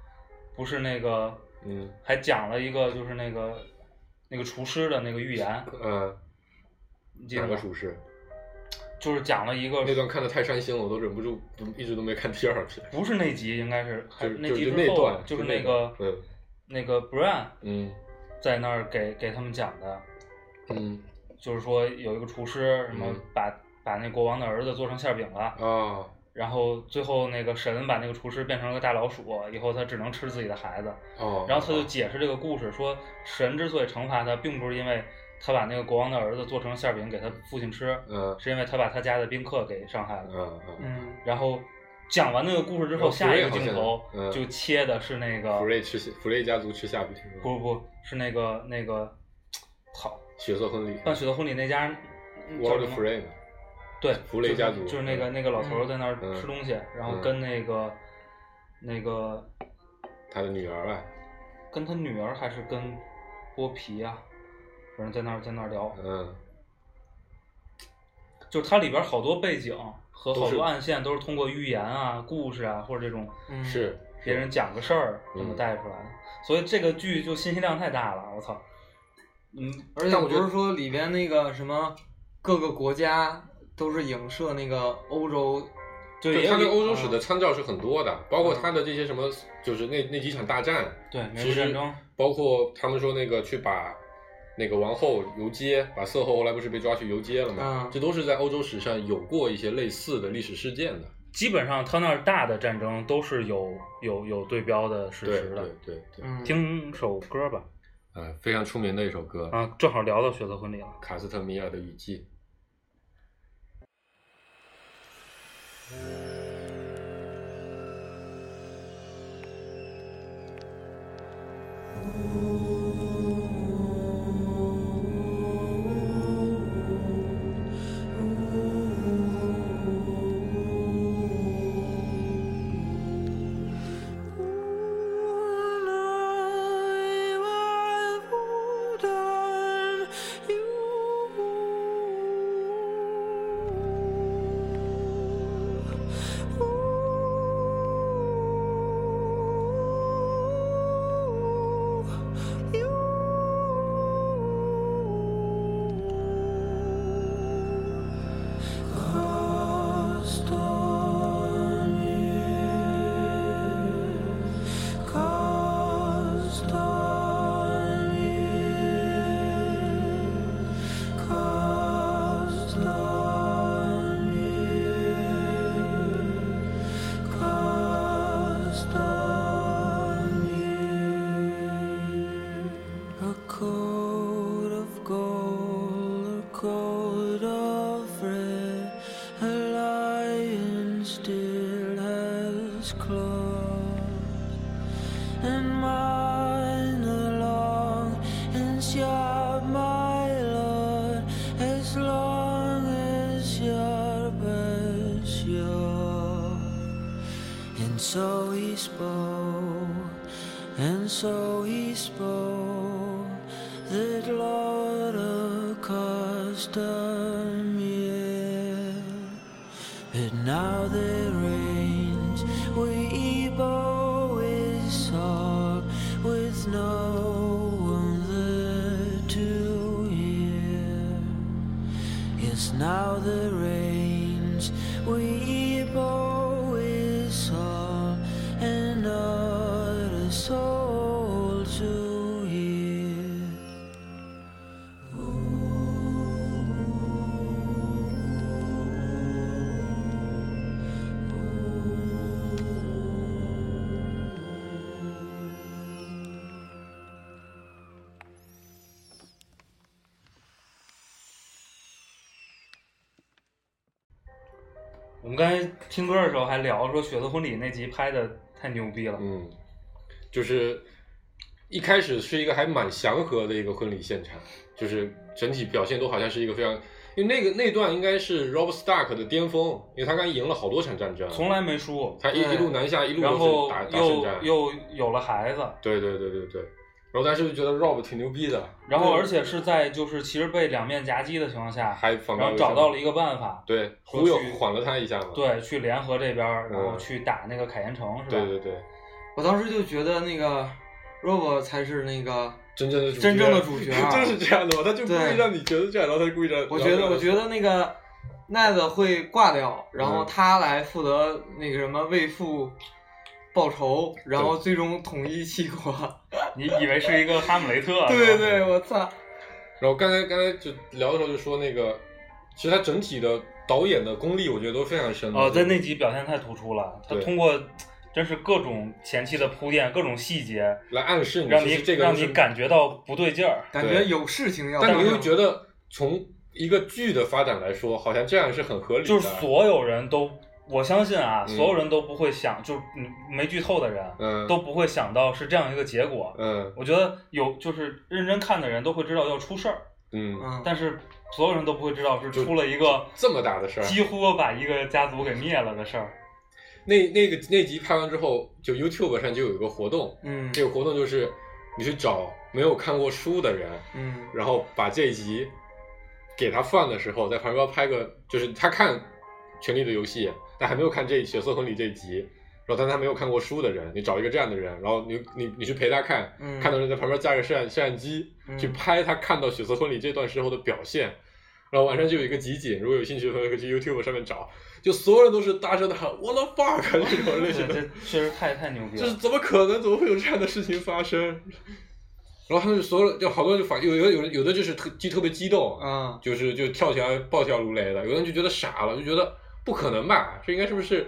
Speaker 3: 不是那个
Speaker 4: 嗯
Speaker 3: 还讲了一个就是那个那个厨师的那个预言，
Speaker 4: 呃，
Speaker 3: 你记得
Speaker 4: 哪个
Speaker 3: 吗？
Speaker 4: 厨师？
Speaker 3: 就是讲了一个
Speaker 4: 那段看的太伤心了，我都忍不住，不一直都没看第二遍。
Speaker 3: 不是那集，应该是还
Speaker 4: 就是
Speaker 3: 那
Speaker 4: 就
Speaker 3: 集
Speaker 4: 就
Speaker 3: 之
Speaker 4: 那
Speaker 3: 后
Speaker 4: 段，
Speaker 3: 就是
Speaker 4: 就
Speaker 3: 那
Speaker 4: 那
Speaker 3: 个
Speaker 4: 段嗯
Speaker 3: 那个 Brian
Speaker 4: 嗯
Speaker 3: 在那儿给给他们讲的，
Speaker 4: 嗯
Speaker 3: 就是说有一个厨师什么
Speaker 4: 嗯
Speaker 3: 把、把那国王的儿子做成馅饼了，
Speaker 4: 啊
Speaker 3: 然后最后那个神把那个厨师变成了个大老鼠，以后他只能吃自己的孩子。
Speaker 4: 哦，
Speaker 3: 然后他就解释这个故事，说神之所以惩罚他，并不是因为他把那个国王的儿子做成馅饼给他父亲吃，
Speaker 4: 嗯
Speaker 3: 是因为他把他家的宾客给伤害了。
Speaker 4: 嗯嗯，
Speaker 2: 嗯，
Speaker 3: 然后讲完那个故事之
Speaker 4: 然
Speaker 3: 后，
Speaker 4: 后
Speaker 3: 下一个
Speaker 4: 福瑞好
Speaker 3: 镜
Speaker 4: 像
Speaker 3: 头
Speaker 4: 嗯
Speaker 3: 就切的是那个
Speaker 4: 福瑞吃夏福瑞家族吃夏不停，
Speaker 3: 啊不不不是那个那个好
Speaker 4: 血色婚礼，
Speaker 3: 办雪的婚礼那家嗯
Speaker 4: 我
Speaker 3: 叫
Speaker 4: 儿
Speaker 3: 什
Speaker 4: 子
Speaker 3: 么
Speaker 4: 福瑞嘛，
Speaker 3: 对，
Speaker 4: 弗雷家族
Speaker 3: 就是就是那个
Speaker 4: 嗯
Speaker 3: 那个老头儿在那儿
Speaker 4: 嗯
Speaker 3: 吃东西，然后
Speaker 4: 嗯
Speaker 3: 跟那个那个
Speaker 4: 他的女儿啊，
Speaker 3: 跟他女儿还是跟剥皮啊，反正在那儿在那儿聊，
Speaker 4: 嗯，
Speaker 3: 就是它里边儿好多背景和
Speaker 4: 都
Speaker 3: 好
Speaker 4: 是
Speaker 3: 多暗线都是通过寓言啊、故事啊或者这种
Speaker 2: 嗯
Speaker 4: 是
Speaker 3: 别人讲个事儿这么
Speaker 4: 嗯
Speaker 3: 带出来的，所以这个剧就信息量太大了，我操，嗯，
Speaker 2: 而且
Speaker 4: 但我觉得
Speaker 2: 不是说里边那个什么各个国家都是影射那个欧洲，
Speaker 3: 就
Speaker 4: 对
Speaker 3: 也
Speaker 4: 他
Speaker 3: 有
Speaker 4: 对
Speaker 3: 一啊嗯
Speaker 4: 欧洲史的参照是很多的，包括他的这些什么，就是那那几场大战，
Speaker 3: 对美
Speaker 4: 其
Speaker 3: 国战
Speaker 4: 实
Speaker 3: 争，
Speaker 4: 包括他们说那个去把那个王后游街，把色后后来不是被抓去游街了嘛
Speaker 3: 啊
Speaker 2: 嗯，
Speaker 4: 这都是在欧洲史上有过一些类似的历史事件的。
Speaker 3: 基本上他那儿大的战争都是有有有对标的事
Speaker 4: 对
Speaker 3: 实
Speaker 4: 对
Speaker 3: 的。
Speaker 4: 对对，
Speaker 2: 嗯，
Speaker 3: 听首歌吧，
Speaker 4: 呃，非常出名的一首歌，
Speaker 3: 啊，正好聊到血色婚礼了。
Speaker 4: 卡斯特米尔的雨季。
Speaker 5: Cast on you, cast on you, cast on you, cast on you. A coat of gold, a coat of red, a lion still has claws, and mine are long and sharp, my lord, as long as sharp as yours. And so he spoke, and so he spoke, that Lord accustomed me. But now the rains we bow is song with no one there to hear. Yes, now the rains we bow is song and not a soul to hear.
Speaker 3: 我们刚才听歌的时候还聊说《血色婚礼》那集拍的太牛逼了，
Speaker 4: 嗯，就是一开始是一个还蛮祥和的一个婚礼现场，就是整体表现都好像是一个非常，因为那个那段应该是 Rob Stark 的巅峰，因为他刚赢了好多场战争，
Speaker 3: 从来没输，
Speaker 4: 他一
Speaker 2: 对
Speaker 4: 一路南下，一路
Speaker 3: 然
Speaker 4: 都
Speaker 3: 后
Speaker 4: 是打打胜
Speaker 3: 又
Speaker 4: 战，
Speaker 3: 又有了孩子，
Speaker 4: 对对对对对，然后当时就觉得 Rob 挺牛逼的，
Speaker 3: 然后而且是在就是其实被两面夹击的情况下，
Speaker 4: 还反
Speaker 3: 然后找到了一个办法，
Speaker 4: 对
Speaker 3: 说
Speaker 4: 忽悠
Speaker 3: 去
Speaker 4: 缓了他一下嘛，
Speaker 3: 对，去联合这边儿，然后
Speaker 4: 嗯
Speaker 3: 去打那个凯岩城，是吧？
Speaker 4: 对对对，
Speaker 2: 我当时就觉得那个 Rob 才是那个
Speaker 4: 真正的主
Speaker 2: 真正 的主角啊
Speaker 4: 就是这样的嘛，他就故
Speaker 2: 对
Speaker 4: 意让你觉得这样，然后他就故意让。
Speaker 2: 我觉得，我觉得那个奈子会挂掉，然后
Speaker 4: 嗯
Speaker 2: 他来负责那个什么为父报仇，然后最终统一齐 国。
Speaker 3: 你以为是一个哈姆雷特？
Speaker 2: 对
Speaker 3: 是吧
Speaker 2: 对，我操！
Speaker 4: 然后刚才刚才就聊的时候就说那个，其实他整体的导演的功力，我觉得都非常深的。
Speaker 3: 哦，
Speaker 4: 就
Speaker 3: 在那集表现太突出了，他
Speaker 4: 对
Speaker 3: 通过真是各种前期的铺垫，各种细节，
Speaker 4: 来暗示你，
Speaker 3: 让
Speaker 4: 其
Speaker 3: 你
Speaker 4: 实这个
Speaker 3: 让
Speaker 4: 就是
Speaker 3: 你感觉到不对劲儿。
Speaker 2: 感觉
Speaker 4: 对
Speaker 2: 有事情要发生。
Speaker 4: 但你又觉得从一个剧的发展来说，好像这样是很合理的。
Speaker 3: 就是所有人都，我相信啊，
Speaker 4: 嗯
Speaker 3: 所有人都不会想，就是嗯没剧透的人、
Speaker 4: 嗯
Speaker 3: 都不会想到是这样一个结果。
Speaker 4: 嗯
Speaker 3: 我觉得有就是认真看的人都会知道要出事儿，
Speaker 4: 嗯，
Speaker 2: 嗯，
Speaker 3: 但是所有人都不会知道是
Speaker 4: 就
Speaker 3: 出了一个
Speaker 4: 这么大的事儿，
Speaker 3: 几乎把一个家族给灭了的事儿。
Speaker 4: 那那个那集拍完之后，就 YouTube 上就有一个活动，
Speaker 2: 嗯
Speaker 4: 这个活动就是你去找没有看过书的人，
Speaker 2: 嗯
Speaker 4: 然后把这一集给他放的时候，在旁边拍个，就是他看《权力的游戏》，但还没有看这《血色婚礼》这一集，然后但他没有看过书的人，你找一个这样的人，然后你你你去陪他看，
Speaker 2: 嗯
Speaker 4: 看到人在旁边架个摄像摄像机、
Speaker 2: 嗯
Speaker 4: 去拍他看到《血色婚礼》这段时候的表现。然后晚上就有一个集锦，如果有兴趣的朋友可以去 YouTube 上面找，就所有人都是大声的喊 “What the fuck” 这种类
Speaker 3: 对，
Speaker 4: 型的
Speaker 3: 这，确实太太牛
Speaker 2: 啊
Speaker 3: 逼
Speaker 4: 就
Speaker 3: 了。
Speaker 4: 是怎么可能？怎么会有这样的事情发生？然后他们就所有就好多人就反有有有有的就是特就特别激动，
Speaker 2: 啊
Speaker 4: 就是就跳起来暴跳如雷的，有的人就觉得傻了，就觉得不可能吧？这应该是不是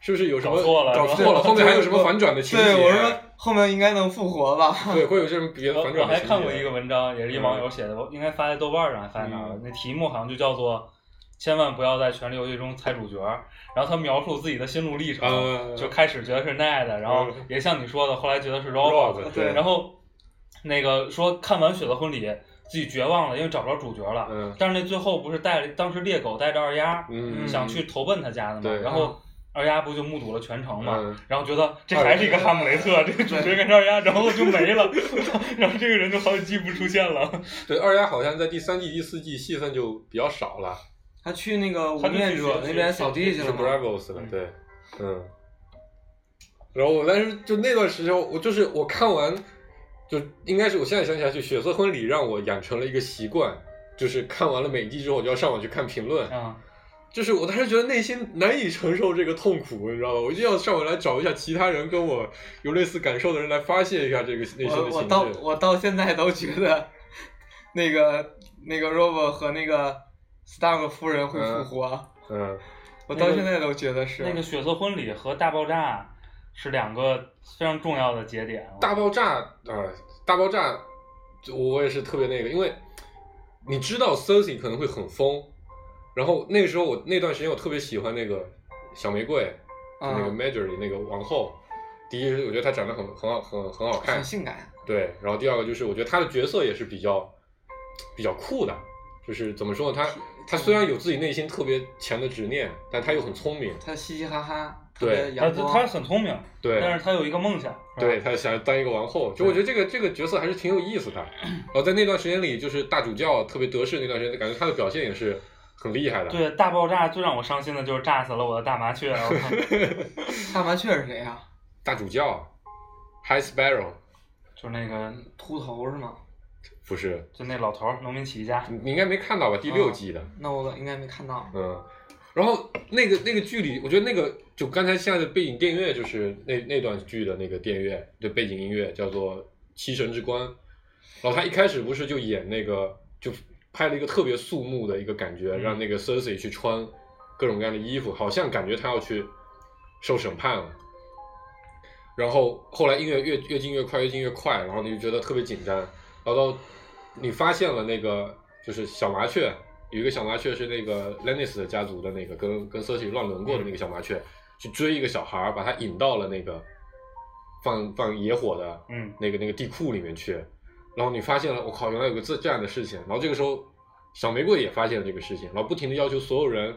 Speaker 4: 是不是有什么
Speaker 3: 搞错了
Speaker 4: 搞
Speaker 3: 是吧
Speaker 4: 错了后面还有什么反转的情节？
Speaker 2: 对，我说后面应该能复活吧？
Speaker 4: 对，会有这种别的
Speaker 3: 我
Speaker 4: 反
Speaker 3: 我
Speaker 4: 转的
Speaker 3: 还
Speaker 4: 情节。
Speaker 3: 看过一个文章，也是一网友写的，我应该发在豆瓣上，还发在哪儿了？
Speaker 4: 嗯
Speaker 3: 那题目好像就叫做“千万不要在权力游戏中猜主角”。然后他描述自己的心路历程，
Speaker 4: 呃
Speaker 3: 就开始觉得是奈的，然后
Speaker 4: 嗯
Speaker 3: 也像你说的，后来觉得是 Rob，
Speaker 4: Rob
Speaker 2: 对
Speaker 3: 然后那个说看完《雪的婚礼》自己绝望了，因为找不着主角了。
Speaker 4: 嗯
Speaker 3: 但是那最后不是带当时猎狗带着二丫、
Speaker 4: 嗯
Speaker 3: 想去投奔他家的嘛
Speaker 4: 对，
Speaker 3: 然后二丫不就目睹了全程嘛，
Speaker 4: 嗯
Speaker 3: 然后觉得这还是一个哈姆雷特，这个主角跟着二丫，然后就没了， 然后这个人就好几季不出现 了，
Speaker 4: 对二丫好像在第三季第四季戏份就比较少了，
Speaker 2: 他去那个无
Speaker 3: 他就去
Speaker 2: 面者
Speaker 3: 学
Speaker 2: 那边
Speaker 3: 学
Speaker 2: 扫地去
Speaker 4: 是
Speaker 2: 了
Speaker 4: b
Speaker 2: 吗？
Speaker 4: r a v o s 了，
Speaker 3: 嗯
Speaker 4: 对，嗯。然后我但是就那段时间，我就是我看完，就应该是我现在想起来，就《血色婚礼》让我养成了一个习惯，就是看完了每一季之后，我就要上网去看评论。
Speaker 3: 啊，
Speaker 4: 就是我当时觉得内心难以承受这个痛苦，你知道吧？我一定要上网来找一下其他人跟我有类似感受的人来发泄一下这个内心
Speaker 2: 我
Speaker 4: 的
Speaker 2: 我
Speaker 4: 情
Speaker 2: 到
Speaker 4: 绪。
Speaker 2: 我到现在都觉得，那个那个 Rob 和那个 Stark 夫人会复活，
Speaker 4: 嗯，
Speaker 2: 我到现在都觉得是。嗯
Speaker 3: 那个血色婚礼和大爆炸是两个非常重要的节点，
Speaker 4: 大爆炸啊、呃大爆炸，就我也是特别那个，因为你知道 Cersei 可能会很疯，然后那个时候我那段时间我特别喜欢那个小玫瑰，就那个
Speaker 2: 嗯
Speaker 4: Marjorie 那个王后。第一是我觉得她长得很很好很很好看
Speaker 2: 很，性感，
Speaker 4: 对，然后第二个就是我觉得她的角色也是比较比较酷的，就是怎么说呢，她她虽然有自己内心特别强的执念，但她又很聪明，
Speaker 2: 他嘻嘻哈哈，特
Speaker 4: 对
Speaker 2: 别
Speaker 3: 他
Speaker 2: 阳光。
Speaker 3: 呃他很聪明，
Speaker 4: 对，
Speaker 3: 但是他有一个梦想，是吧
Speaker 4: 对，他想当一个王后，就我觉得这个这个角色还是挺有意思的。然后在那段时间里，就是大主教特别得势那段时间，感觉他的表现也是很厉害的。
Speaker 3: 对大爆炸最让我伤心的就是炸死了我的大麻雀，我 靠
Speaker 2: 大麻雀是谁啊呀、
Speaker 4: 大主教，High Sparrow
Speaker 3: 就是那个
Speaker 2: 秃头是吗？
Speaker 4: 不是，
Speaker 3: 就那老头儿农民起义家，
Speaker 4: 你你应该没看到吧？第六季的，
Speaker 2: 那我应该没看到。
Speaker 4: 嗯。然后那个那个剧里，我觉得那个就刚才现在的背景电乐就是那那段剧的那个电乐，就背景音乐叫做《七神之光》。然后他一开始不是就演那个，就拍了一个特别肃穆的一个感觉，
Speaker 3: 嗯
Speaker 4: 让那个 Cersei 去穿各种各样的衣服，好像感觉他要去受审判了。然后后来音乐越越进越快，越进越快，然后你就觉得特别紧张，然后到你发现了那个就是小麻雀，有一个小麻雀是那个 Lennis 家族的那个跟跟 Cersei 乱伦过的那个小麻雀，去追一个小孩儿，把他引到了那个放放野火的
Speaker 3: 嗯，
Speaker 4: 那个那个地库里面去，然后你发现了，我靠，原来有个这这样的事情，然后这个时候小玫瑰也发现了这个事情，然后不停的要求所有人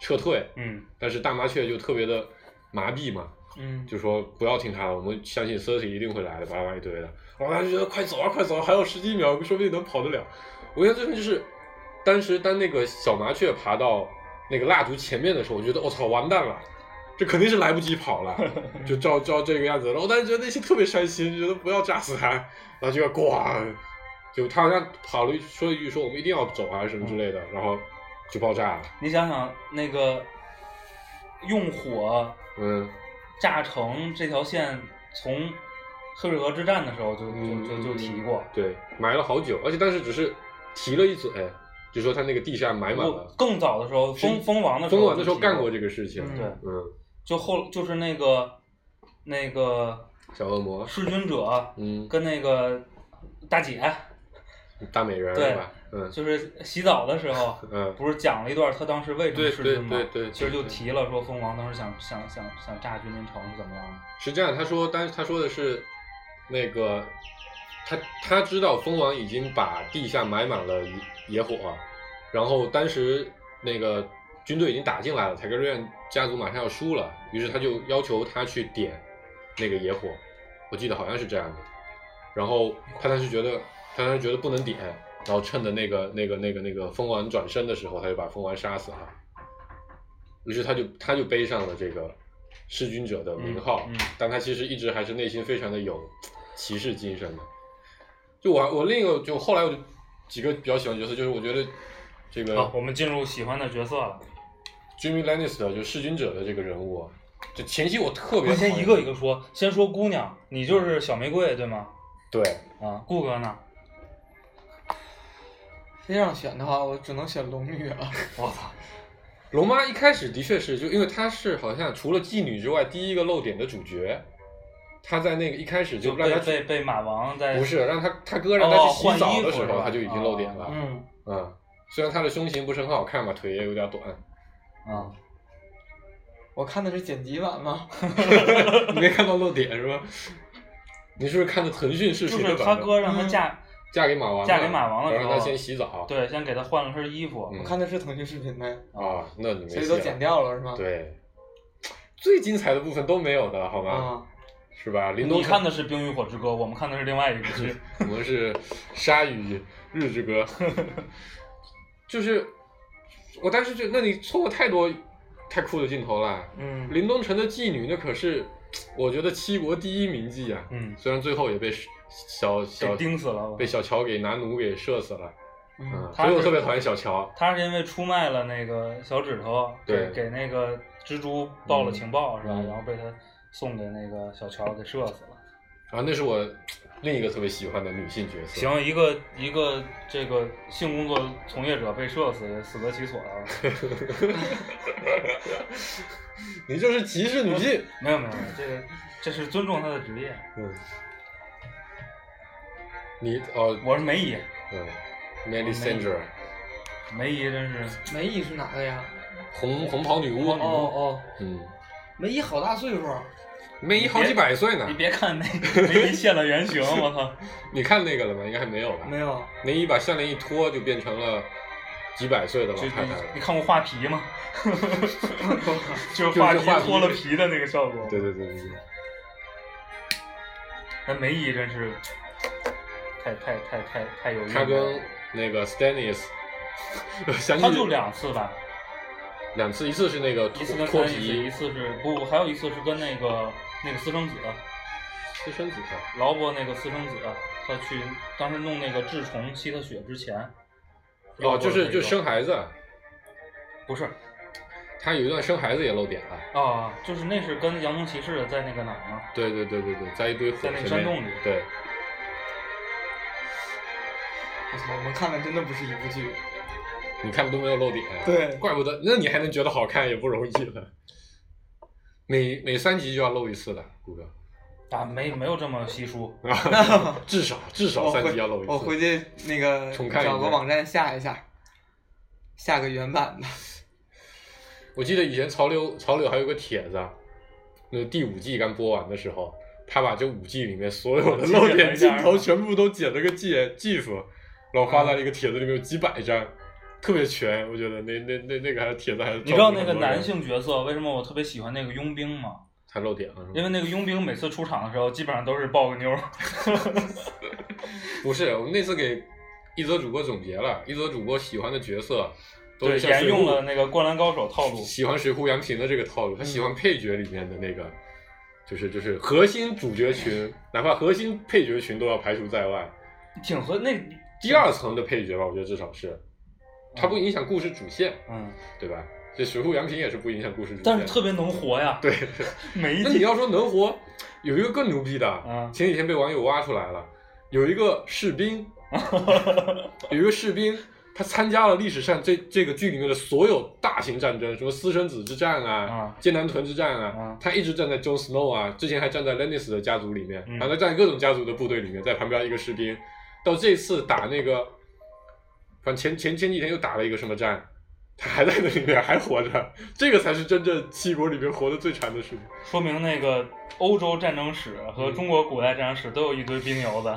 Speaker 4: 撤退，
Speaker 3: 嗯
Speaker 4: 但是大麻雀就特别的麻痹嘛，
Speaker 2: 嗯，
Speaker 4: 就说不要听他了，我们相信 c e r s e 一定会来的，巴拉巴拉一堆的，然后他就觉得快走啊快走啊，还有十几秒，说不定能跑得了。我印象最深就是，当时当那个小麻雀爬到那个蜡烛前面的时候，我觉得我操完蛋了，这肯定是来不及跑了，就照照这个样子。然后我当时觉得那些特别伤心，觉得不要炸死他，然后就咣，就他好像跑了一说了一句说我们一定要走啊什么之类的，然后就爆炸了。
Speaker 3: 你想想那个用火
Speaker 4: 嗯，
Speaker 3: 炸城这条线，从黑水河之战的时候就
Speaker 4: 嗯
Speaker 3: 就就就提过，
Speaker 4: 对，埋了好久，而且当时只是提了一嘴，就说他那个地下埋满
Speaker 3: 我
Speaker 4: 了。
Speaker 3: 更早的时候，
Speaker 4: 是
Speaker 3: 封封王的时候，
Speaker 4: 封王的时候干过这个事情，
Speaker 2: 嗯
Speaker 3: 对，
Speaker 4: 嗯，
Speaker 3: 就后就是那个那个
Speaker 4: 小恶魔，
Speaker 3: 弑君者
Speaker 4: 嗯，
Speaker 3: 跟那个大姐，
Speaker 4: 大美人
Speaker 3: 对
Speaker 4: 是吧？嗯
Speaker 3: 就是洗澡的时候，
Speaker 4: 嗯，
Speaker 3: 不是讲了一段他当时为什么
Speaker 4: 对
Speaker 3: 弑君吗？
Speaker 4: 对对对
Speaker 3: 其实就
Speaker 4: 对对
Speaker 3: 提了说封王当时想想想想炸君临城是怎么样的。
Speaker 4: 是这样，他说，但是他说的是那个，他他知道蜂王已经把地下埋满了野野火，然后当时那个军队已经打进来了，泰格瑞安家族马上要输了，于是他就要求他去点那个野火，我记得好像是这样的。然后他当时觉得，他当时觉得不能点，然后趁着那个那个那个那个蜂王转身的时候，他就把蜂王杀死了。于是他就他就背上了这个弑君者的名号，
Speaker 3: 嗯嗯
Speaker 4: 但他其实一直还是内心非常的有骑士精神的。就我我另一个就后来我就几个比较喜欢的角色，就是我觉得这个
Speaker 3: 好，我们进入喜欢的角色了，
Speaker 4: Jimmy Lannister 就弑君者的这个人物，啊，就前期我特
Speaker 3: 我
Speaker 4: 别
Speaker 3: 们先
Speaker 4: 讨
Speaker 3: 一
Speaker 4: 厌
Speaker 3: 个一个说，先说姑娘，你就是小玫瑰对吗？
Speaker 4: 对，
Speaker 3: 啊，顾哥呢？
Speaker 2: 非让选的话，我只能选龙女 了。
Speaker 3: 我操，
Speaker 4: 龙妈一开始的确是，就因为她是好像除了妓女之外第一个漏点的主角，她在那个一开始就
Speaker 3: 就
Speaker 4: 让
Speaker 3: 被
Speaker 4: 她
Speaker 3: 被被马王在
Speaker 4: 不是让她她哥让她去洗
Speaker 3: 哦换
Speaker 4: 澡
Speaker 3: 衣服
Speaker 4: 的时
Speaker 3: 是
Speaker 4: 候，
Speaker 3: 吧
Speaker 4: 她就已经漏点了。
Speaker 2: 嗯，
Speaker 4: 嗯，虽然她的胸型不是很好看嘛，腿也有点短。
Speaker 3: 啊，
Speaker 2: 我看的是剪辑版嘛，
Speaker 4: 你没看到漏点是吧？你是不是看的腾讯视
Speaker 3: 就
Speaker 4: 频
Speaker 3: 是
Speaker 4: 的版本？
Speaker 3: 他哥让他嫁，
Speaker 4: 嫁给马王了，
Speaker 3: 嫁给马王的时
Speaker 4: 然
Speaker 3: 候
Speaker 4: 后让他先洗澡。
Speaker 3: 对，先给他换了身衣服，
Speaker 4: 嗯
Speaker 2: 我看的是腾讯视频的，
Speaker 4: 啊，那你没
Speaker 2: 所以
Speaker 4: 戏
Speaker 2: 都
Speaker 4: 了
Speaker 2: 剪掉了是吗？嗯
Speaker 4: 对，最精彩的部分都没有的好吗？
Speaker 2: 啊，
Speaker 4: 是吧？林东
Speaker 3: 你看的是《冰与火之歌》，我们看的是另外一个剧。
Speaker 4: 我们是鲨鱼日之 歌，就是我当时就，那你错过太多太酷的镜头了。
Speaker 2: 嗯，
Speaker 4: 林东城的妓女那可是我觉得七国第一名妓啊，
Speaker 3: 嗯，
Speaker 4: 虽然最后也被小小
Speaker 3: 给盯死了吧
Speaker 4: 被小乔给拿弩给射死了，
Speaker 2: 嗯，
Speaker 3: 他
Speaker 4: 所以我
Speaker 3: 是
Speaker 4: 特别讨厌小乔。
Speaker 3: 他是因为出卖了那个小指头，给
Speaker 4: 对
Speaker 3: 给那个蜘蛛报了情报、是吧？
Speaker 4: 嗯
Speaker 3: 然后被他送给那个小乔给射死了。
Speaker 4: 然后那是我另一个特别喜欢的女性角色。
Speaker 3: 行，一个一个这个性工作从业者被射死，死得其 所啊！
Speaker 4: 你就是歧视女性。
Speaker 3: 没有没有，没有这个这是尊重他的职业，
Speaker 4: 嗯， 你哦，
Speaker 3: 我是梅姨，
Speaker 4: 嗯 m e l i s a n d r a
Speaker 3: 梅姨真 是
Speaker 2: 梅姨是哪个呀？
Speaker 4: 红红袍女巫，
Speaker 2: 哦哦，
Speaker 4: 嗯，
Speaker 2: 梅姨好大岁数，
Speaker 4: 梅姨好几百岁呢
Speaker 3: 你。别看那个梅姨现了原形，我操！
Speaker 4: 你看那个了吗？应该还没有吧？
Speaker 2: 没有，
Speaker 4: 梅姨把项链一脱，就变成了几百岁的老
Speaker 3: 就
Speaker 4: 太
Speaker 3: 你
Speaker 4: 太了。
Speaker 3: 你看过画 皮吗？就是
Speaker 4: 就是
Speaker 3: 画
Speaker 4: 画
Speaker 3: 皮
Speaker 4: 皮
Speaker 3: 脱了皮的那个效果。
Speaker 4: 对对对对对，
Speaker 3: 那梅姨真是太太太太太有意思
Speaker 4: 她
Speaker 3: 了。
Speaker 4: 跟那个 Stannis 相遇，
Speaker 3: 他就两次吧，
Speaker 4: 两次，一次是那个
Speaker 3: 一
Speaker 4: 脱
Speaker 3: 次跟
Speaker 4: 脱
Speaker 3: 三一次，一
Speaker 4: 皮
Speaker 3: 次是不，还有一次是跟那个那个私生子，
Speaker 4: 私生子的，
Speaker 3: 劳勃那个私生子，他去当时弄那个治虫吸他血之前，
Speaker 4: 哦，就是就生
Speaker 3: 孩
Speaker 4: 孩子，
Speaker 3: 不是
Speaker 4: 她有一段生孩子也漏点了。
Speaker 3: 啊，就是那是跟杨东骑士在那个哪儿吗？
Speaker 4: 对对对对对，在一堆火
Speaker 3: 在那个
Speaker 4: 前面
Speaker 3: 山洞里
Speaker 4: 对，
Speaker 2: 我操，我们看的真的不是一部 剧。
Speaker 4: 你看的都没有漏点，啊
Speaker 2: 对
Speaker 4: 怪不得，那你还能觉得好看也不容易了。每每三集就要漏一次的，谷歌，
Speaker 3: 啊，没没有这么稀疏，
Speaker 4: 至少至少
Speaker 2: 我
Speaker 4: 三
Speaker 2: 回
Speaker 4: 集要漏一次。
Speaker 2: 我回去那个
Speaker 4: 重看一遍
Speaker 2: 找个网站下一下，下个原版的。
Speaker 4: 我记得以前潮流潮流还有个帖子啊，那第五季刚播完的时候，他把这五季里面所有的
Speaker 3: 精简
Speaker 4: 露
Speaker 3: 了
Speaker 4: 点
Speaker 3: 一下
Speaker 4: 镜头全部都剪了个 G G 幅，然后发在了一个帖子里面有几百张，特别全。我觉得那那那那个还是帖子还是
Speaker 3: 你知道那
Speaker 4: 照顾
Speaker 3: 个
Speaker 4: 很多人
Speaker 3: 男性角色为什么我特别喜欢那个佣兵吗？
Speaker 4: 他露点了啊是
Speaker 3: 因
Speaker 4: 吗？
Speaker 3: 为那个佣兵每次出场的时候，基本上都是抱个妞儿。
Speaker 4: 不是，我们那次给一则主播总结了，一则主播喜欢的角色都
Speaker 3: 对，
Speaker 4: 是像
Speaker 3: 沿
Speaker 4: 水
Speaker 3: 用
Speaker 4: 扈
Speaker 3: 了那个《灌篮高手》套 路。
Speaker 4: 喜欢水户洋平的这个套路，
Speaker 3: 嗯
Speaker 4: 他喜欢配角里面的那个，就是就是核心主角群，哪怕核心配角群都要排除在外。
Speaker 3: 挺合那，
Speaker 4: 第二层的配角吧，我觉得至少是，它不影响故事主线，
Speaker 3: 嗯，
Speaker 4: 对吧？这水户洋平也是不影响故事主线，
Speaker 3: 但是特别能活呀，
Speaker 4: 对。
Speaker 3: 每一
Speaker 4: 那你
Speaker 3: 集
Speaker 4: 要说能活，有一个更牛逼的，啊
Speaker 3: 嗯
Speaker 4: 前几天被网友挖出来了，有一个士 兵，有一个士兵，他参加了历史上这这个剧里面的所有大型战争，什么私生子之战啊
Speaker 3: 啊、
Speaker 4: 剑南屯之战啊，
Speaker 3: 啊
Speaker 4: 他一直站在 Jon Snow 啊，之前还站在 Lannister 的家族里面，
Speaker 3: 嗯
Speaker 4: 反正站在各种家族的部队里面，在旁边一个士兵，到这次打那个，反正前前前几天又打了一个什么战。他还在那里面，还活着，这个才是真正七国里面活得最长的士兵。
Speaker 3: 说明那个欧洲战争史
Speaker 4: 嗯
Speaker 3: 和中国古代战争史都有一堆兵油子，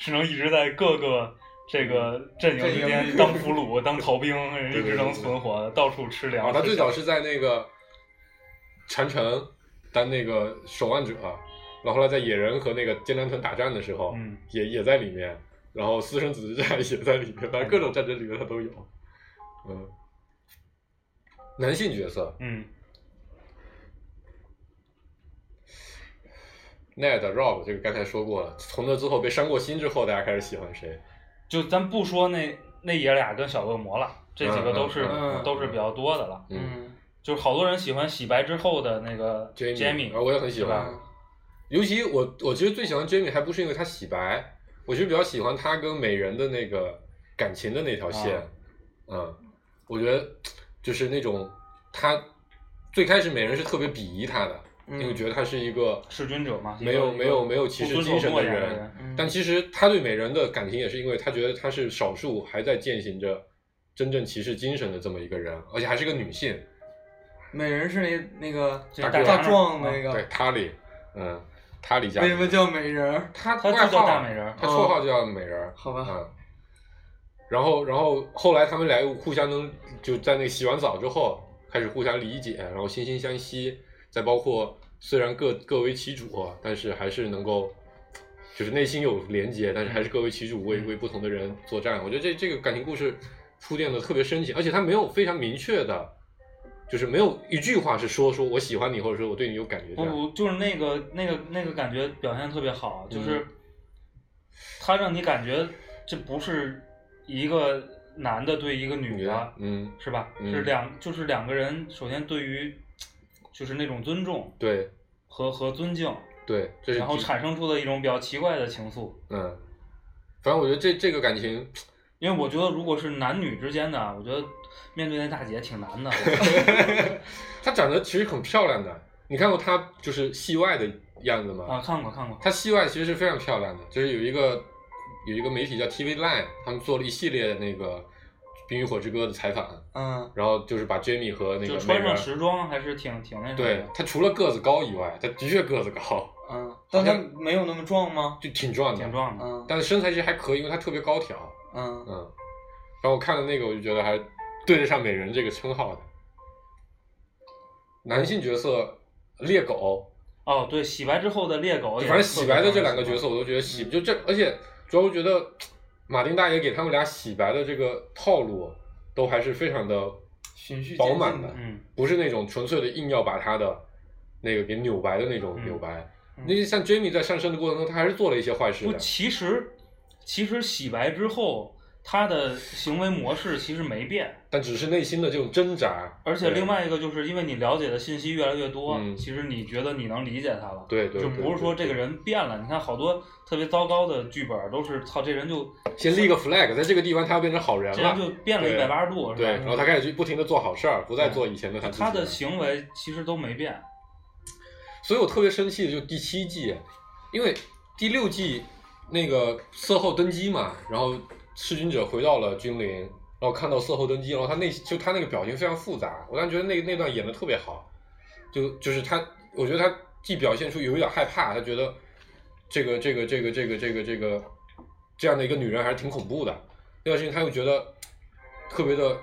Speaker 3: 是能一直在各个这个阵营之
Speaker 2: 阵营
Speaker 3: 间当俘虏、当逃兵，人一
Speaker 4: 对对
Speaker 3: 直能存活，到处吃粮。
Speaker 4: 啊，他
Speaker 3: 吃
Speaker 4: 最早
Speaker 3: 小
Speaker 4: 是在那个长城当那个守望者，啊然后后来在野人和那个剑南屯打仗的时候，
Speaker 3: 嗯
Speaker 4: 也也在里面，然后私生子之战也在里面，反正各种战争里面他都有。嗯，男性角色
Speaker 3: 嗯
Speaker 4: Ned、Rob 这个刚才说过了，从那之后被伤过心之后，大家开始喜欢谁？
Speaker 3: 就咱不说那那爷俩跟小恶魔了，这几个都是、
Speaker 2: 嗯嗯
Speaker 3: 都是比较多的了。
Speaker 2: 嗯
Speaker 3: 就是好多人喜欢洗白之后的那个
Speaker 4: Jamie，
Speaker 3: Jamie，
Speaker 4: 啊我也很喜欢
Speaker 3: 对吧
Speaker 4: 尤其我我其实最喜欢 Jamie 还不是因为他洗白，我其实比较喜欢他跟美人的那个感情的那条线，
Speaker 3: 啊
Speaker 4: 嗯，我觉得就是那种他最开始美人是特别鄙夷他的，因为
Speaker 2: 嗯
Speaker 4: 觉得他是一个
Speaker 3: 弑君者嘛，
Speaker 4: 没有
Speaker 3: 一个
Speaker 4: 没有
Speaker 3: 一个
Speaker 4: 没有骑士
Speaker 3: 不
Speaker 4: 精
Speaker 3: 遵守
Speaker 4: 神
Speaker 3: 诺
Speaker 4: 的
Speaker 3: 言的
Speaker 4: 人，
Speaker 3: 人。
Speaker 2: 嗯
Speaker 4: 但其实他对美人的感情也是因为他觉得他是少数还在践行着真正骑士精神的这么一个人，而且还是个女性，
Speaker 2: 美人是那那个
Speaker 3: 这
Speaker 2: 大
Speaker 4: 大
Speaker 2: 大
Speaker 3: 壮
Speaker 2: 壮
Speaker 3: 啊
Speaker 2: 那个，
Speaker 4: 对塔里，嗯，塔里家
Speaker 2: 为什么叫美人儿？
Speaker 4: 他
Speaker 3: 他就
Speaker 4: 外号
Speaker 3: 叫大美人儿哦
Speaker 4: 他绰号就叫美人儿，
Speaker 2: 好吧
Speaker 4: 嗯。然后，然后后来他们俩又互相能就在那洗完澡之后开始互相理解，然后惺惺相惜，再包括虽然各各为其主，啊但是还是能够就是内心有连接，但是还是各为其主，为
Speaker 3: 嗯
Speaker 4: 为不同的人作战。我觉得这这个感情故事铺垫的特别深情，而且他没有非常明确的，就是没有一句话是说说我喜欢你，或者说我对你有感觉这
Speaker 3: 不
Speaker 4: 样。
Speaker 3: 不，就是那个那个那个感觉表现得特别好，
Speaker 4: 嗯
Speaker 3: 就是他让你感觉这不是一个男的对一个女的，
Speaker 4: 嗯，
Speaker 3: 是吧？
Speaker 4: 嗯
Speaker 3: 是两就是两个人，首先对于就是那种尊重
Speaker 4: 对
Speaker 3: 和和尊敬，
Speaker 4: 对，这是
Speaker 3: 然后
Speaker 4: 第
Speaker 3: 产生出的一种比较奇怪的情愫。
Speaker 4: 嗯，反正我觉得这这个感情，
Speaker 3: 因为我觉得，如果是男女之间的，啊我觉得面对那大姐挺 难的。
Speaker 4: 她长得其实很漂亮的。你看过她就是戏外的样子吗？
Speaker 3: 啊，看过看过，
Speaker 4: 她戏外其实是非常漂亮的，就是有一个有一个媒体叫 TV Line，他们做了一系列那个《冰与火之歌》的采访，
Speaker 2: 嗯
Speaker 4: 然后就是把 Jamie 和那
Speaker 3: 就
Speaker 4: 个
Speaker 3: 穿
Speaker 4: 美人
Speaker 3: 上时装还是挺挺那什么
Speaker 4: 对
Speaker 3: 的。
Speaker 4: 她除了个子高以外，她的确个子高，
Speaker 2: 嗯，但他没有那么壮吗？
Speaker 4: 就挺壮的，
Speaker 3: 挺，壮的，
Speaker 2: 嗯
Speaker 4: 但是身材其实还可以，因为她特别高挑，
Speaker 2: 嗯
Speaker 4: 嗯。然后我看了那个，我就觉得还对得上美人这个称号的。男性角色猎狗，
Speaker 3: 哦，对，洗白之后的哦猎狗也
Speaker 4: 反正
Speaker 3: 是
Speaker 4: 洗
Speaker 3: 特别
Speaker 4: 白的
Speaker 3: 让
Speaker 4: 这
Speaker 3: 人
Speaker 4: 两个
Speaker 3: 喜
Speaker 4: 角
Speaker 3: 欢嗯
Speaker 4: 色，我都觉得洗就这，而且主要我觉得马丁大爷给他们俩洗白的这个套路，都还是非常的
Speaker 2: 循序渐进的
Speaker 4: 饱满的，
Speaker 3: 嗯，
Speaker 4: 不是那种纯粹的硬要把他的那个给扭白的那种
Speaker 3: 嗯
Speaker 4: 扭白。
Speaker 2: 嗯
Speaker 4: 那像 Jamie 在上升的过程中，他还是做了一些坏事
Speaker 3: 不，
Speaker 4: 的。
Speaker 3: 其实其实洗白之后，他的行为模式其实没变，
Speaker 4: 但只是内心的这种挣扎，
Speaker 3: 而且
Speaker 4: 对
Speaker 3: 另外一个就是因为你了解的信息越来越多，
Speaker 4: 嗯
Speaker 3: 其实你觉得你能理解他了。
Speaker 4: 对对，
Speaker 3: 就
Speaker 4: 对
Speaker 3: 不是说这个。
Speaker 4: 对
Speaker 3: 人变了，你看好多特别糟糕的剧本都是操这人就
Speaker 4: 先立个 flag，在这个地方他要变成好人
Speaker 3: 这人就
Speaker 4: 了，
Speaker 3: 变了
Speaker 4: 对
Speaker 3: 一百八十度，是
Speaker 4: 对，
Speaker 3: 吧？嗯
Speaker 4: 然后他开始去不停的做好事儿，不再做以前的他自己
Speaker 3: 他的
Speaker 4: 了
Speaker 3: 行为其实都没变，
Speaker 4: 所以我特别生气的就第七季，因为第六季那个色后登基嘛，然后弑君者回到了君临，然后看到色后登基，然后他那就他那个表情非常复杂，我当时觉得那那段演的特别好，就就是他，我觉得他既表现出有一点害怕，他觉得这个这个这个这个这个这个这样的一个女人还是挺恐怖的，另外事情他又觉得特别的。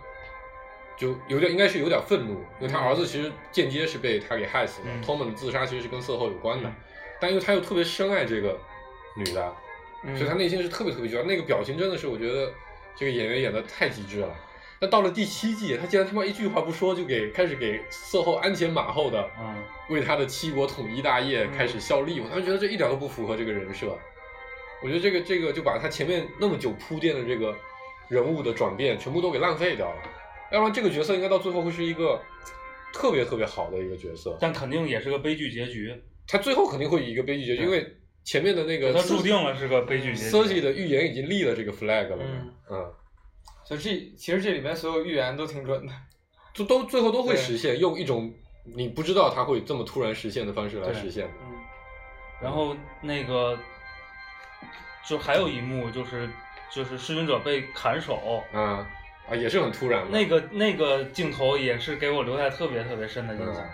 Speaker 4: 就有点应该是有点愤怒，因为他儿子其实间接是被他给害死的。
Speaker 3: 嗯
Speaker 4: Tom 的自杀其实是跟色后有关的
Speaker 3: 嗯，
Speaker 4: 但因为他又特别深爱这个女的，
Speaker 3: 嗯
Speaker 2: 嗯
Speaker 4: 所以他内心是特别特别绝望。那个表情真的是，我觉得这个演员演的太极致了。那到了第七季，他竟然他妈一句话不说，就给开始给色后鞍前马后的
Speaker 3: 嗯，
Speaker 4: 为他的七国统一大业
Speaker 2: 嗯
Speaker 4: 开始效力，我当时觉得这一点都不符合这个人设。我觉得这个这个就把他前面那么久铺垫的这个人物的转变全部都给浪费掉了，要不然这个角色应该到最后会是一个特别特别好的一个角色，
Speaker 3: 但肯定也是个悲剧结局，
Speaker 4: 他最后肯定会以一个悲剧结局，
Speaker 3: 对
Speaker 4: 因为前面的那个
Speaker 3: 他注定了是个悲剧结
Speaker 4: c e r s
Speaker 3: 局。
Speaker 4: 的预言已经立了这个 flag 了，
Speaker 2: 嗯
Speaker 4: 嗯，
Speaker 2: 所以这其实这里面所有预言都挺准的。
Speaker 4: 就都最后都会
Speaker 2: 对
Speaker 4: 实现，用一种你不知道他会这么突然实现的方式来
Speaker 3: 对
Speaker 4: 实现的。
Speaker 2: 嗯
Speaker 3: 然后那个，就还有一幕就是就是弑君者被砍手，
Speaker 4: 啊啊，也是很突然的。
Speaker 3: 嗯那个那个镜头也是给我留下特别特别深的印象
Speaker 4: 嗯，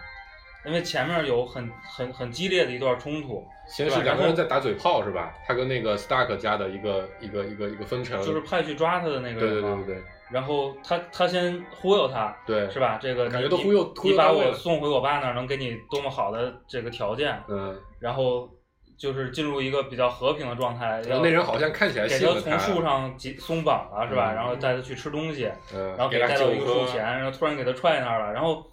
Speaker 3: 因为前面有很很很激烈的一段冲突，
Speaker 4: 先是
Speaker 3: 对
Speaker 4: 两个人
Speaker 3: 然后
Speaker 4: 在打嘴炮是吧？他跟那个 Stark 家的一个一个一个一个分成，
Speaker 3: 就是派去抓他的那
Speaker 4: 呃对对
Speaker 3: 个人嘛，
Speaker 4: 对对
Speaker 3: 然后他他先忽悠他，
Speaker 4: 对，
Speaker 3: 是？吧？这个
Speaker 4: 感觉
Speaker 3: 你
Speaker 4: 都忽悠
Speaker 3: 你
Speaker 4: 忽悠
Speaker 3: 你把
Speaker 4: 到位
Speaker 3: 我
Speaker 4: 了
Speaker 3: 送回我爸那儿，能给你多么好的这个条件，
Speaker 4: 嗯，
Speaker 3: 然后就是进入一个比较和平的状态。
Speaker 4: 呃然后那人好像看起来
Speaker 3: 给
Speaker 4: 信
Speaker 3: 他
Speaker 4: 了
Speaker 3: 从
Speaker 4: 他，
Speaker 3: 树上解松绑了，是吧？
Speaker 4: 嗯
Speaker 3: 然后带他去吃东西，
Speaker 4: 嗯，
Speaker 3: 然后
Speaker 4: 给
Speaker 3: 给
Speaker 4: 他
Speaker 3: 带到一
Speaker 4: 酒
Speaker 3: 个
Speaker 4: 喝
Speaker 3: 树前，然后突然给他踹那儿了，然后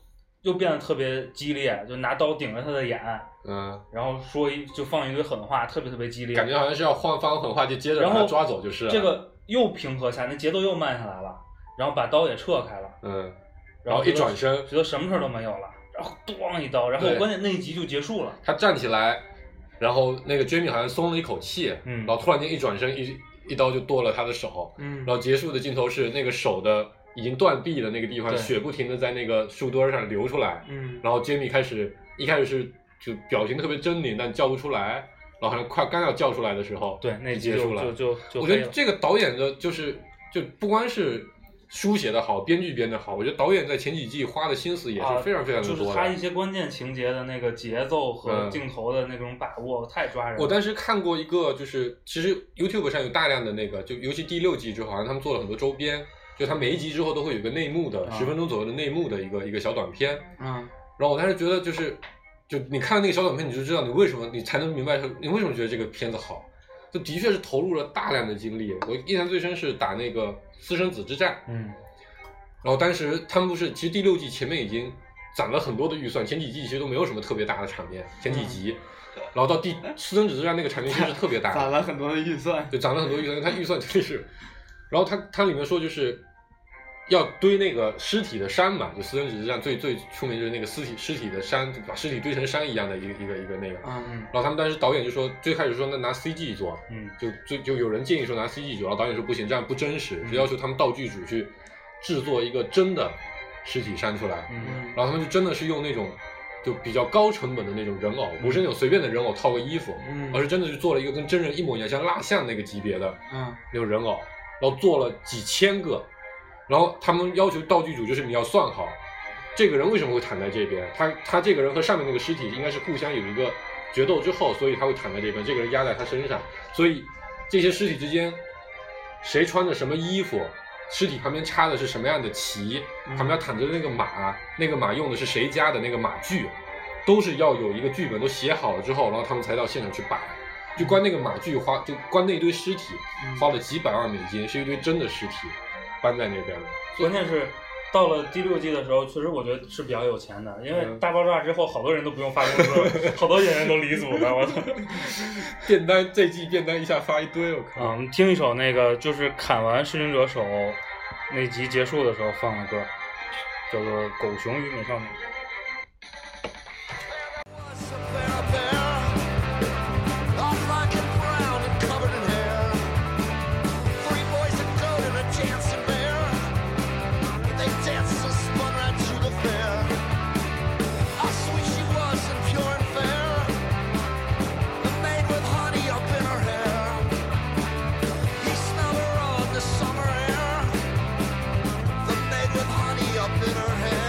Speaker 3: 又变得特别激烈，就拿刀顶着他的眼，
Speaker 4: 嗯，
Speaker 3: 然后说一就放一堆狠话，特别特别激烈。
Speaker 4: 感觉好像是要换方狠话，就接着
Speaker 3: 然
Speaker 4: 把他
Speaker 3: 后
Speaker 4: 抓走就是了。
Speaker 3: 这，个又平和下，那节奏又慢下来了，然后把刀也撤开了，
Speaker 4: 嗯，然
Speaker 3: 然
Speaker 4: 后
Speaker 3: 后
Speaker 4: 一转身，
Speaker 3: 觉得什么事儿都没有了，然后咣一刀，然后
Speaker 4: 对
Speaker 3: 关键那一集就结束了。
Speaker 4: 他站起来，然后那个 Jamie 好像松了一口气，
Speaker 3: 嗯
Speaker 4: 然后突然间一转身，一一刀就剁了他的手，
Speaker 2: 嗯
Speaker 4: 然后结束的镜头是那个手的已经断臂的那个地方，
Speaker 3: 对
Speaker 4: 血不停的在那个树墩上流出来，
Speaker 2: 嗯，
Speaker 4: 然后 Jamie 开始一开始是就表情特别狰狞，但叫不出来，然后好像快刚要叫出来的时候，
Speaker 3: 对，那
Speaker 4: 就
Speaker 3: 集
Speaker 4: 结
Speaker 3: 就
Speaker 4: 束了。
Speaker 3: 就就就
Speaker 4: 我觉
Speaker 3: 黑
Speaker 4: 得
Speaker 3: 了
Speaker 4: 这个导演的就是就不光是书写的好，编剧编的好，我觉得导演在前几季花的心思也是
Speaker 3: 啊
Speaker 4: 非常非常的
Speaker 3: 就
Speaker 4: 多的。
Speaker 3: 是他一些关键情节的那个节奏和
Speaker 4: 嗯
Speaker 3: 镜头的那种把握太抓人了。
Speaker 4: 我当时看过一个，就是其实 YouTube 上有大量的那个，就尤其第六季之后，好像他们做了很多周边，就他每一集之后都会有个内幕的
Speaker 3: 啊
Speaker 4: 十、10分钟左右的内幕的一个一个小短片。
Speaker 2: 嗯
Speaker 4: 然后我当时觉得就是，就你看了那个小短片，你就知道你为什么，你才能明白你为什么觉得这个片子好。就的确是投入了大量的精力。我印象最深是打那个私生子之战，
Speaker 3: 嗯，
Speaker 4: 然后当时他们不是，其实第六季前面已经攒了很多的预算，前几季其实都没有什么特别大的场面，前几集，然后到第私生子之战那个场面其实是特别大
Speaker 2: 嗯
Speaker 4: 的，
Speaker 2: 攒了很多的预算。
Speaker 4: 对，涨了很多预算，因为它预算真的是，然后它它里面说就是要堆那个尸体的山嘛，就私人纸之战最最出名就是那个尸体尸体的山，就把尸体堆成山一样的一个一个一个那个。
Speaker 2: 嗯
Speaker 4: 然后他们当时导演就说，最开始说那拿 CG 做，
Speaker 3: 嗯，
Speaker 4: 就就就有人建议说拿 CG 做，然后导演说不行，这样不真实，就要求他们道具组去制作一个真的尸体山出来。
Speaker 3: 嗯
Speaker 2: 嗯
Speaker 4: 然后他们就真的是用那种就比较高成本的那种人偶，不是那种随便的人偶套个衣服，
Speaker 2: 嗯
Speaker 4: 而是真的是做了一个跟真人一模一样，像蜡像那个级别的
Speaker 2: 嗯
Speaker 4: 那种人偶，然后做了几千个，然后他们要求道具组就是你要算好，这个人为什么会躺在这边，他他这个人和上面那个尸体应该是互相有一个决斗之后，所以他会躺在这边，这个人压在他身上，所以这些尸体之间谁穿着什么衣服。尸体旁边插的是什么样的旗？
Speaker 2: 嗯
Speaker 4: 他们要躺着的那个马，那个马用的是谁家的那个马具？都是要有一个剧本都写好了之后，然后他们才到现场去摆。就关那个马具花，就关那一堆尸体，
Speaker 2: 嗯
Speaker 4: 花了几百万美金，是一堆真的尸体搬在那边的。
Speaker 3: 关键是到了第六季的时候，确实我觉得是比较有钱的，因为
Speaker 4: 嗯
Speaker 3: 大爆炸之后，好多人都不用发工 资，好多演员都离组了。我操！
Speaker 4: 便当这季便当一下发一堆，我
Speaker 2: 啊
Speaker 4: 靠！
Speaker 3: 嗯，听一首那个就是砍完弑君者手那集结束的时候放的歌，叫做《狗熊与美少女》。
Speaker 6: Up in her hair.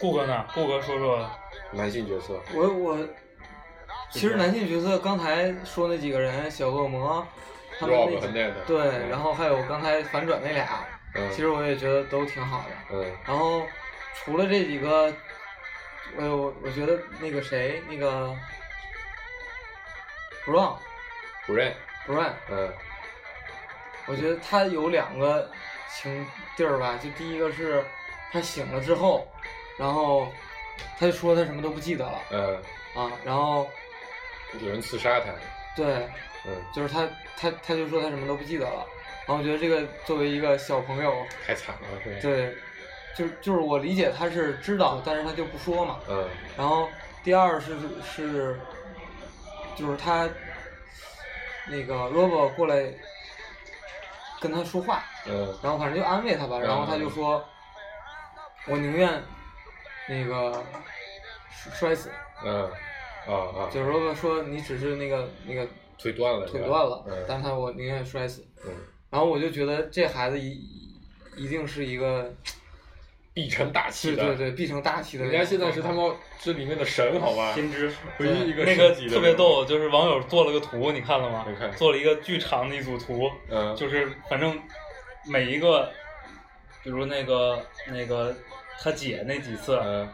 Speaker 3: 顾哥呢？顾哥说说，
Speaker 4: 男性角色，
Speaker 2: 我我其实男性角色刚才说那几个人，小恶魔，他们
Speaker 4: Rob
Speaker 2: 那
Speaker 4: 和
Speaker 2: 几
Speaker 4: Ned
Speaker 2: 对
Speaker 4: 嗯，
Speaker 2: 然后还有刚才反转那俩，
Speaker 4: 嗯，
Speaker 2: 其实我也觉得都挺好的。
Speaker 4: 嗯
Speaker 2: 然后除了这几个，我我我觉得那个谁那个 Brown
Speaker 4: 不认，
Speaker 2: Brown，
Speaker 4: 嗯
Speaker 2: 我觉得他有两个情地儿吧，就第一个是他醒了之后，然后他就说他什么都不记得了
Speaker 4: 嗯，
Speaker 2: 啊，然后
Speaker 4: 有人刺杀他，
Speaker 2: 对，
Speaker 4: 嗯，
Speaker 2: 就是他他他就说他什么都不记得了，然后我觉得这个作为一个小朋友，
Speaker 4: 太惨了，是吧，
Speaker 2: 对，就是就是我理解他是知道，但是他就不说嘛，
Speaker 4: 嗯
Speaker 2: 然后第二是是，就是他那个 Robo 过来跟他说话，
Speaker 4: 嗯
Speaker 2: 然后反正就安慰他吧，然后他就说，我宁愿那个摔摔死，
Speaker 4: 嗯，啊啊，
Speaker 2: 就是 Robo 说你只是那个那个
Speaker 4: 腿断了，是吧
Speaker 2: 腿断了，但
Speaker 4: 嗯
Speaker 2: 是他我宁愿摔死，
Speaker 4: 嗯，
Speaker 2: 然后我就觉得这孩子一一定是一个，
Speaker 4: 必成大器
Speaker 2: 对
Speaker 4: 的，
Speaker 2: 对对，必成大器的
Speaker 4: 人
Speaker 2: 人。
Speaker 4: 家现在是他妈这里面的神，好吧？
Speaker 3: 先知
Speaker 4: 唯一一个
Speaker 3: 那个
Speaker 4: 神级的
Speaker 3: 特别
Speaker 4: 人，
Speaker 3: 逗，就是网友做了个图，你看了吗
Speaker 4: 没看？
Speaker 3: 做了一个巨长的一组图，
Speaker 4: 嗯，
Speaker 3: 就是反正每一个，比如那个那个他姐那几次，
Speaker 4: 嗯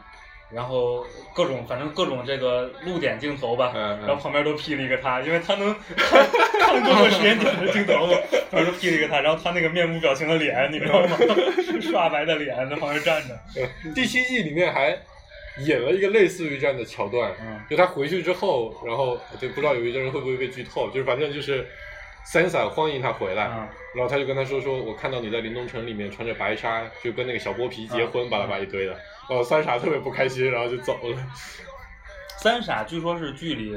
Speaker 3: 然后各种反正各种这个路点镜头吧，
Speaker 4: 嗯嗯
Speaker 3: 然后旁边都 P 了一个他，因为他能 看看各个时间点的镜头嘛，然后就 P 了一个他，然后他那个面无表情的脸，你知道吗？ 刷白的脸在旁边站着，
Speaker 4: 嗯第七季里面还演了一个类似于这样的桥段，
Speaker 3: 嗯
Speaker 4: 就他回去之后，然后就不知道有一些人会不会被剧透，就是反正就是三散欢迎他回来，
Speaker 3: 嗯
Speaker 4: 然后他就跟他说说，我看到你在林东城里面穿着白纱，就跟那个小剥皮结婚，
Speaker 3: 嗯
Speaker 4: 巴拉巴拉一堆的，然后三傻特别不开心，然后就走了，
Speaker 3: 三傻据说是剧里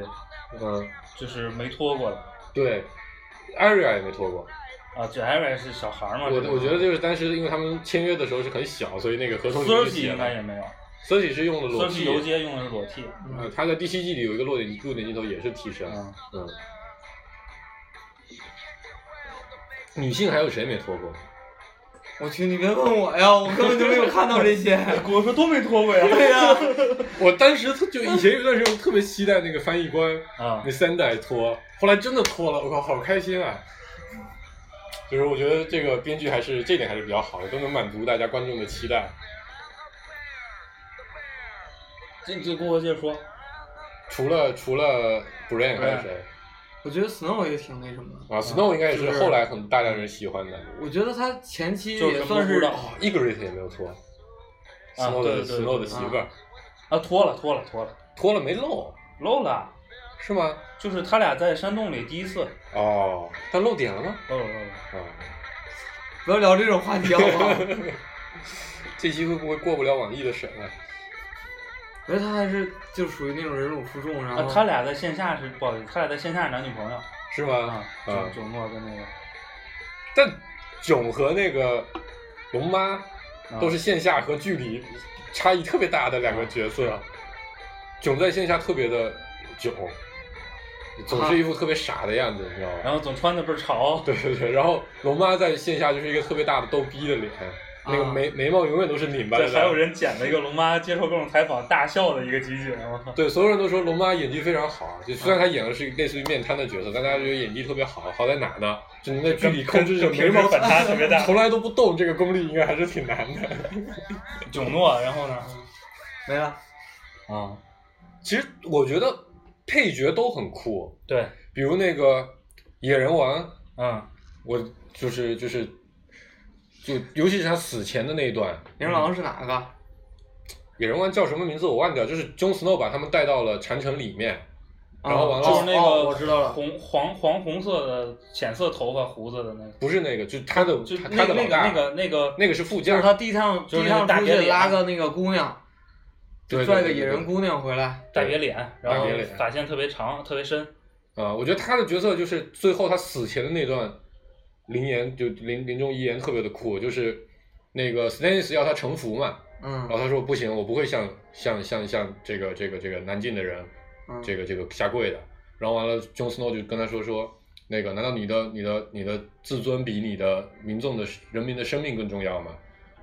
Speaker 4: 嗯，
Speaker 3: 就是没脱过的。
Speaker 4: 对，艾瑞亚也没脱过，
Speaker 3: 啊，卷艾瑞是小孩儿嘛？
Speaker 4: 我
Speaker 3: 这个
Speaker 4: 我觉得就是当时因为他们签约的时候是很小，所以那个合同里面
Speaker 3: Cersei
Speaker 4: 写
Speaker 3: 应该也
Speaker 4: 了
Speaker 3: 没有
Speaker 4: ，Cersei 是用了裸
Speaker 3: ，Cersei
Speaker 4: 体，
Speaker 3: 游街用的是裸替。
Speaker 4: 嗯，他在第七季里有一个落点入点镜头也是替身，
Speaker 3: 嗯，
Speaker 4: 嗯，女性还有谁没脱过？
Speaker 2: 我去，你别问我呀，我根本就没有看到这些。
Speaker 3: 我哎说都没脱啊过呀。
Speaker 2: 对呀、
Speaker 4: 我当时特就以前有段时间特别期待那个翻译官
Speaker 3: 啊
Speaker 4: 那，三代脱，后来真的脱了，我靠，好开心啊！就是我觉得这个编剧还是这点还是比较好的，都能满足大家观众的期待。
Speaker 3: 这你这跟我接着说。
Speaker 4: 除了除了 Brian 还有谁
Speaker 2: 我觉得 Snow 也挺那什么的，
Speaker 4: 啊？Snow 应该也
Speaker 2: 就是是
Speaker 4: 后来很大量人喜欢的。
Speaker 2: 我觉得他前期
Speaker 3: 就是
Speaker 2: 也算
Speaker 3: 不
Speaker 2: 是
Speaker 3: 知道
Speaker 4: 哦 i g r i t 也没有脱，Snow
Speaker 3: 对
Speaker 4: 的
Speaker 3: 对对
Speaker 4: Snow 的媳妇儿
Speaker 3: 啊，脱了，脱了，脱了，
Speaker 4: 脱了没露
Speaker 3: 漏了。
Speaker 4: 是吗？
Speaker 3: 就是他俩在山洞里第一次，
Speaker 4: 哦，但露点了吗？
Speaker 3: 漏了漏了。
Speaker 4: 啊，
Speaker 2: 不要聊这种话题好不 好？
Speaker 4: 这期会不会过不了网易的审啊？
Speaker 2: 我觉得他还是就属于那种忍辱负重，然
Speaker 3: 啊
Speaker 2: 后，
Speaker 3: 他俩在线下是不好意思，他俩在线下是男女朋友
Speaker 4: 是吗
Speaker 3: 啊？，
Speaker 4: 啊
Speaker 3: 九，九诺跟那个
Speaker 4: 但囧和那个龙妈
Speaker 3: 啊
Speaker 4: 都是线下和距离差异特别大的两个角
Speaker 3: 啊
Speaker 4: 色。囧在线下特别的囧，总是一副特别傻的样子，你知道
Speaker 3: 然
Speaker 4: 吗？
Speaker 3: 后总穿的倍儿潮，
Speaker 4: 对对对，然后龙妈在线下就是一个特别大的逗逼的脸，那个眉眉毛永远都是拧巴的
Speaker 3: 啊对，。还有人剪了一个龙妈接受各种采访大笑的一个集锦，我靠。
Speaker 4: 对，所有人都说龙妈演技非常好，啊就虽然她演的是类似于面瘫的角色，但大家觉得演技特别好。好在哪呢？只能在剧里控 制着
Speaker 3: 跟
Speaker 4: 眉
Speaker 3: 平时
Speaker 4: 毛
Speaker 3: 反差特别大
Speaker 4: 从来都不动，这个功力应该还是挺难的。
Speaker 3: 九诺，然后呢？
Speaker 2: 没了。
Speaker 3: 啊，
Speaker 4: 其实我觉得配角都很酷，
Speaker 3: 对，
Speaker 4: 比如那个野人王，啊
Speaker 3: 嗯，
Speaker 4: 我就是就是就尤其是他死前的那一段，
Speaker 2: 林人王是哪个？
Speaker 4: 野人王叫什么名字我忘掉，就是 Jon Snow 把他们带到了长城里面，然后完了
Speaker 3: 就是那个
Speaker 2: 哦我知道了，
Speaker 3: 红黄黄红色的浅色头发胡子的那个，
Speaker 4: 不是那个，就他的
Speaker 3: 就
Speaker 4: 他
Speaker 3: 那
Speaker 4: 他的
Speaker 3: 个那
Speaker 4: 老
Speaker 3: 个
Speaker 4: 大
Speaker 3: 那个那个
Speaker 4: 那个是副
Speaker 2: 就
Speaker 4: 将
Speaker 2: 是，他第一趟
Speaker 3: 就
Speaker 2: 第
Speaker 3: 是
Speaker 2: 一
Speaker 3: 那个
Speaker 2: 趟
Speaker 3: 大
Speaker 2: 出
Speaker 3: 别
Speaker 2: 去
Speaker 3: 脸
Speaker 2: 拉个那个姑娘，
Speaker 4: 啊对对
Speaker 2: 拽
Speaker 4: 对
Speaker 2: 个
Speaker 4: 对
Speaker 2: 野
Speaker 4: 对
Speaker 2: 人姑娘回来。
Speaker 3: 大别脸，然后
Speaker 4: 大别脸
Speaker 3: 发线特别长，特别深。
Speaker 4: 啊，我觉得他的角色就是最后他死前的那段临言，就临临终遗言特别的酷，就是那个 Stannis 要他臣服嘛，
Speaker 2: 嗯
Speaker 4: 然后他说不行，我不会向向向向这个这个这个南境的人，
Speaker 2: 嗯，
Speaker 4: 这个这个下跪的。然后完了，Jon Snow 就跟他说说，那个难道你的你的你的自尊比你的民众的人民的生命更重要吗？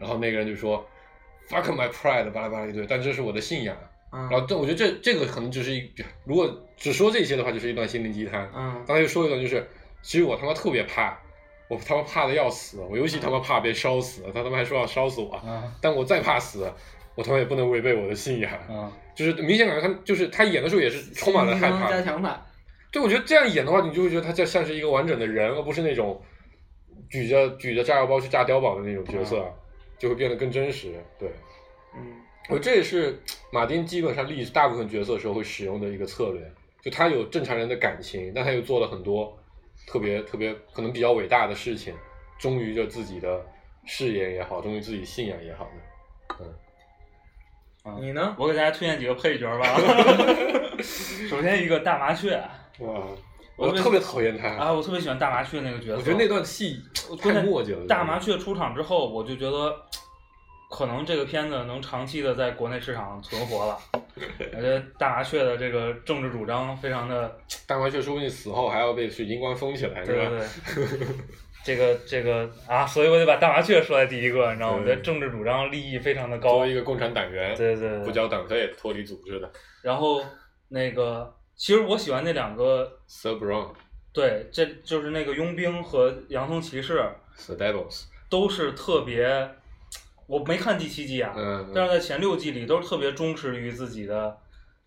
Speaker 4: 然后那个人就说， fuck my pride，巴拉巴拉一堆，但这是我的信仰。
Speaker 2: 嗯
Speaker 4: 然后，但我觉得这这个可能就是一，如果只说这些的话，就是一段心灵鸡汤。
Speaker 2: 嗯
Speaker 4: 刚才又说一段，就是其实我他妈特别怕，我他妈怕的要死，我尤其他妈怕被烧死，他他妈还说要烧死我，
Speaker 3: 啊
Speaker 4: 但我再怕死，我他妈也不能违背我的信仰。
Speaker 3: 啊，
Speaker 4: 就是明显感觉他就是他演的时候也是充满了害
Speaker 2: 新闻加
Speaker 4: 怕。
Speaker 2: 强版，
Speaker 4: 对，我觉得这样演的话，你就会觉得他就像是一个完整的人，而不是那种举着举着炸药包去炸碉堡的那种角色，就会变得更真实。对。
Speaker 2: 嗯
Speaker 4: 我这也是马丁基本上历大部分角色时候会使用的一个策略，就他有正常人的感情，但他又做了很多特别特别可能比较伟大的事情，忠于着自己的誓言也好，忠于自己信仰也好的。啊
Speaker 2: 你呢？
Speaker 3: 我给大家推荐几个配角 吧。首先一个大麻雀
Speaker 4: 哇，
Speaker 3: 我
Speaker 4: 我
Speaker 3: 被
Speaker 4: 特别讨厌他，
Speaker 3: 啊，我特别喜欢大麻雀那个角色。
Speaker 4: 嗯我觉得那段戏
Speaker 3: 关
Speaker 4: 太
Speaker 3: 键
Speaker 4: 墨迹了。
Speaker 3: 大麻雀出场之后，我就觉得可能这个片子能长期的在国内市场存活 了。我觉得大麻雀的这个政治主张非常的，
Speaker 4: 大麻雀说不定死后还要被水晶棺封起来，
Speaker 3: 对
Speaker 4: 是吧？
Speaker 3: 对对，这个这个啊，所以我得把大麻雀说在第一个，你知道吗？我
Speaker 4: 对
Speaker 3: 觉得政治主张利益非常的
Speaker 4: 作
Speaker 3: 高
Speaker 4: 为一。个共产党员，
Speaker 3: 对对对，
Speaker 4: 不交党费脱离组织的
Speaker 3: 然后那个，其实我喜欢那两个，
Speaker 4: Sir Brown、
Speaker 3: 对，这就是那个佣兵和洋葱骑士，
Speaker 4: Sir Devils，
Speaker 3: 都是特别，我没看第七季啊，
Speaker 4: 嗯，
Speaker 3: 但是在前六季里都是特别忠实于自己的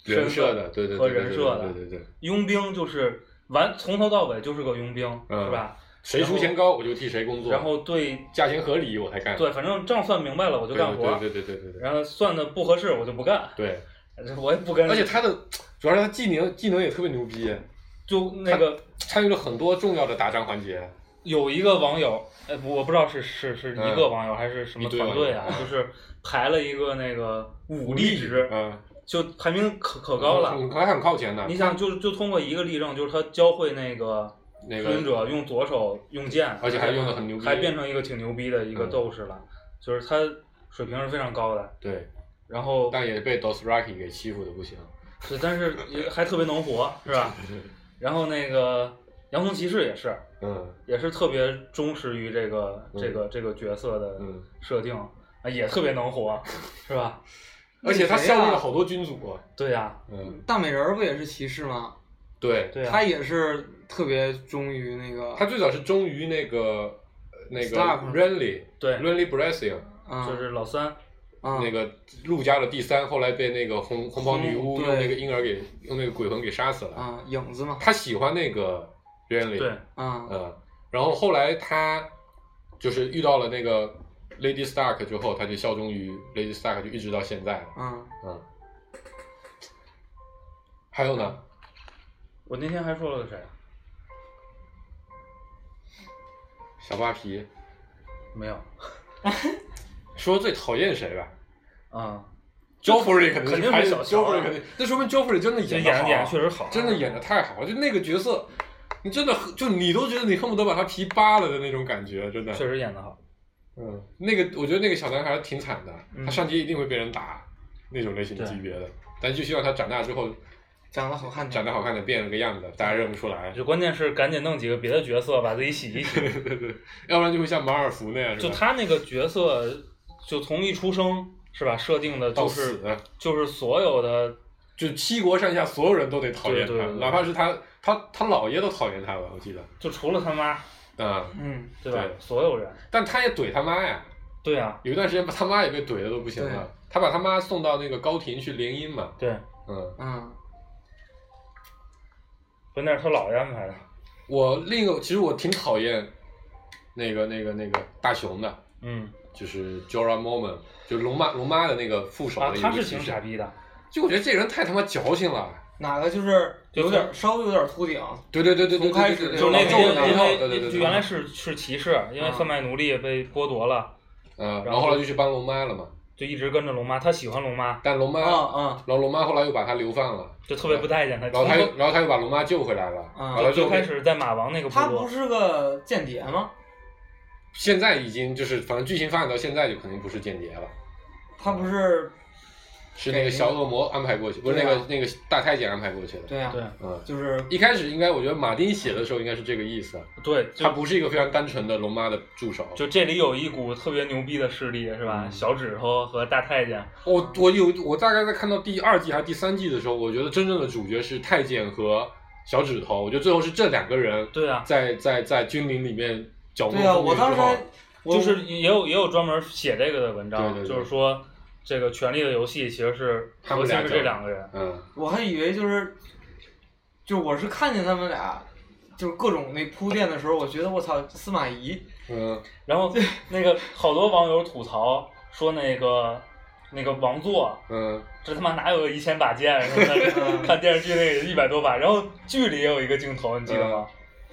Speaker 4: 人
Speaker 3: 身
Speaker 4: 设
Speaker 3: 份
Speaker 4: 的，对对对
Speaker 3: 和
Speaker 4: 对对
Speaker 3: 人设的。
Speaker 4: 对对对对。
Speaker 3: 佣兵就是完从头到尾就是个佣兵，
Speaker 4: 嗯
Speaker 3: 是吧？
Speaker 4: 谁出钱高我就替谁工作，
Speaker 3: 然后对
Speaker 4: 价钱合理我才干，
Speaker 3: 对，反正账算明白了我就
Speaker 4: 对，
Speaker 3: 干活，
Speaker 4: 对对对对对对
Speaker 3: 然后算的不合适我就不干，
Speaker 4: 对，
Speaker 3: 我也不跟，
Speaker 4: 而且他的主要是他技能技能也特别牛逼，
Speaker 3: 就那个
Speaker 4: 参与了很多重要的打仗环节，
Speaker 3: 有一个网友，哎，不我不知道是是是
Speaker 4: 嗯
Speaker 3: 一个网友还是什么
Speaker 4: 一堆
Speaker 3: 团
Speaker 4: 网友
Speaker 3: 队啊，就是排了一个那个武力值，
Speaker 4: 嗯，
Speaker 3: 就排名可可高了。
Speaker 4: 很还很靠前的
Speaker 3: 你，想，就就通过一个例证，就是他教会那个
Speaker 4: 那
Speaker 3: 吞
Speaker 4: 个
Speaker 3: 者用左手用剑，
Speaker 4: 而且还用得很牛逼嗯
Speaker 3: 还变成一个挺牛逼的一个斗士了，就是他水平是非常高的。
Speaker 4: 对，
Speaker 3: 然后，
Speaker 4: 但也被 Dosraki 给欺负的不行，
Speaker 3: 对但是也还特别能活，是吧？ 然后那个洋葱骑士也是，
Speaker 4: 嗯
Speaker 3: 也是特别忠实于这个
Speaker 4: 嗯
Speaker 3: 这个这个角色的
Speaker 4: 嗯，
Speaker 3: 设定，啊，也特别能活，是吧？
Speaker 4: 而且他
Speaker 2: 谁呀
Speaker 4: 效力了好多君主，啊
Speaker 3: 对呀，
Speaker 4: 嗯，
Speaker 2: 大美人儿不也是骑士吗？
Speaker 4: 对，啊
Speaker 3: 对呀
Speaker 2: 他，也是特别忠于那个，
Speaker 4: 他最早是忠于那个呃那个
Speaker 2: Stark
Speaker 4: Renly。
Speaker 3: 对，
Speaker 4: Renly b r a s i n
Speaker 2: 嗯
Speaker 3: 就是老三，
Speaker 2: 嗯
Speaker 4: 那个陆家的第三，后来被那个红红袍女巫
Speaker 2: 红
Speaker 4: 用
Speaker 2: 对
Speaker 4: 那个婴儿给用那个鬼魂给杀死了。
Speaker 2: 啊影子嘛，
Speaker 4: 他喜欢那个 Renly，
Speaker 3: 对，
Speaker 2: 啊
Speaker 4: 嗯，然后后来他就是遇到了那个 Lady Stark 之后，他就效忠于 Lady Stark，就一直到现在了，
Speaker 2: 嗯
Speaker 4: 嗯。还有呢，
Speaker 3: 我那天还说了个谁？啊
Speaker 4: 小扒皮，
Speaker 3: 没有，
Speaker 4: 说最讨厌谁吧
Speaker 3: 啊，
Speaker 4: ？Joffrey 肯定
Speaker 3: 肯定是
Speaker 4: 还
Speaker 3: 小乔啊
Speaker 4: Joffrey 肯定，那说明 Joffrey 真的
Speaker 3: 这
Speaker 4: 演
Speaker 3: 演
Speaker 4: 的
Speaker 3: 的演得确
Speaker 4: 好，
Speaker 3: 实好，啊
Speaker 4: 真的演的太好了，就那个角色，你真的就你都觉得你恨不得把他皮扒了的那种感觉，真的。
Speaker 3: 确实演的好。
Speaker 4: 嗯，那个我觉得那个小男孩挺惨的，
Speaker 2: 嗯
Speaker 4: 他上街一定会被人打那种类型的级别的，但就希望他长大之后
Speaker 2: 长得好看
Speaker 4: 长
Speaker 2: 点，
Speaker 4: 得好看的变了个样子，大家认不出来，
Speaker 3: 就关键是赶紧弄几个别的角色把自己洗一洗。
Speaker 4: 对对对，要不然就会像马尔福那样，是
Speaker 3: 就
Speaker 4: 吧
Speaker 3: 他那个角色，就从一出生是吧，设定的
Speaker 4: 到
Speaker 3: 就是
Speaker 4: 死，
Speaker 3: 就是所有的
Speaker 4: 就七国上下所有人都得讨厌他，
Speaker 3: 对对对对
Speaker 4: 哪怕是他他他姥爷都讨厌他吧，我记得，
Speaker 3: 就除了他妈，
Speaker 4: 嗯，
Speaker 2: 嗯
Speaker 3: 对吧？
Speaker 4: 对
Speaker 3: 所有人，
Speaker 4: 但他也怼他妈呀，
Speaker 3: 对啊，
Speaker 4: 有一段时间把他妈也被怼的都不行了，他把他妈送到那个高庭去联姻嘛，
Speaker 3: 对，
Speaker 4: 嗯，
Speaker 2: 嗯
Speaker 3: 不那是他姥爷安排的。
Speaker 4: 我另一个其实我挺讨厌那个那个那个大熊的。
Speaker 3: 嗯，
Speaker 4: 就是 Jorah Mormon，就是龙妈龙妈的那个副手
Speaker 3: 啊
Speaker 4: 的，一
Speaker 3: 他
Speaker 4: 个
Speaker 3: 是
Speaker 4: 骑
Speaker 3: 挺
Speaker 4: 士。
Speaker 3: 傻逼的，
Speaker 4: 就我觉得这人太他妈矫情了。
Speaker 2: 哪个就是
Speaker 3: 就
Speaker 2: 有点稍微有点秃顶，
Speaker 4: 对对对对对
Speaker 2: 从开始
Speaker 4: 对对对
Speaker 3: 就是那
Speaker 2: 个
Speaker 4: 皱着
Speaker 2: 因为
Speaker 4: 眉头，对对
Speaker 3: 个
Speaker 4: 对嗯
Speaker 3: 因为
Speaker 4: 对，
Speaker 3: 就原来是是骑士，因为
Speaker 2: 嗯
Speaker 3: 贩卖奴隶被剥夺了，
Speaker 4: 嗯，然后后来就去帮龙妈了嘛，
Speaker 3: 就一直跟着龙妈，他喜欢龙妈，
Speaker 4: 但龙妈，然
Speaker 2: 啊
Speaker 4: 后龙妈后来又把他流放了，
Speaker 3: 就特别不待见他。
Speaker 4: 然后他
Speaker 3: 从
Speaker 4: 又然后他又把龙妈救回来了，
Speaker 2: 嗯
Speaker 4: 然
Speaker 3: 头
Speaker 4: 后
Speaker 3: 就
Speaker 4: 就
Speaker 3: 开始在马王那个
Speaker 2: 嗯，
Speaker 3: 部
Speaker 2: 他
Speaker 3: 落
Speaker 2: 不，是个间谍吗？
Speaker 4: 现在已经就是反正剧情发展到现在就肯定不是间谍了，
Speaker 2: 他不是
Speaker 4: 是那个小恶魔安排过去，不是那
Speaker 2: 对啊
Speaker 4: 个那个大太监安排过去的。
Speaker 2: 对啊，
Speaker 3: 对
Speaker 4: 嗯，
Speaker 2: 就是
Speaker 4: 一开始应该我觉得马丁写的时候应该是这个意思，啊
Speaker 3: 对，
Speaker 4: 他
Speaker 3: 就
Speaker 4: 不是一个非常单纯的龙妈的助手。
Speaker 3: 就这里有一股特别牛逼的势力是吧？
Speaker 4: 嗯
Speaker 3: 小指头和大太监，
Speaker 4: 我我有我大概在看到第二季还是第三季的时候，我觉得真正的主角是太监和小指头，我觉得最后是这两个人
Speaker 3: 对啊，
Speaker 4: 在在在军营里面搅
Speaker 2: 对
Speaker 4: 弄
Speaker 2: 啊，
Speaker 4: 风云
Speaker 2: 我当时
Speaker 4: 之后
Speaker 2: 还我
Speaker 3: 就是也有也有专门写这个的文章，
Speaker 4: 对对对
Speaker 3: 就是说这个《权力的游戏》其实是
Speaker 4: 他
Speaker 3: 核
Speaker 4: 们
Speaker 3: 心
Speaker 4: 俩
Speaker 3: 是
Speaker 4: 叫
Speaker 3: 这两个人，
Speaker 4: 嗯
Speaker 2: 我还以为就是，就是我是看见他们俩，就是各种那铺垫的时候，我觉得我操司马懿，
Speaker 4: 嗯
Speaker 3: 然后那个好多网友吐槽说那个那个王座
Speaker 4: 嗯，
Speaker 3: 这他妈哪有一千把剑什么的？ 看电视剧那个一百多把，然后剧里也有一个镜头，你记得吗？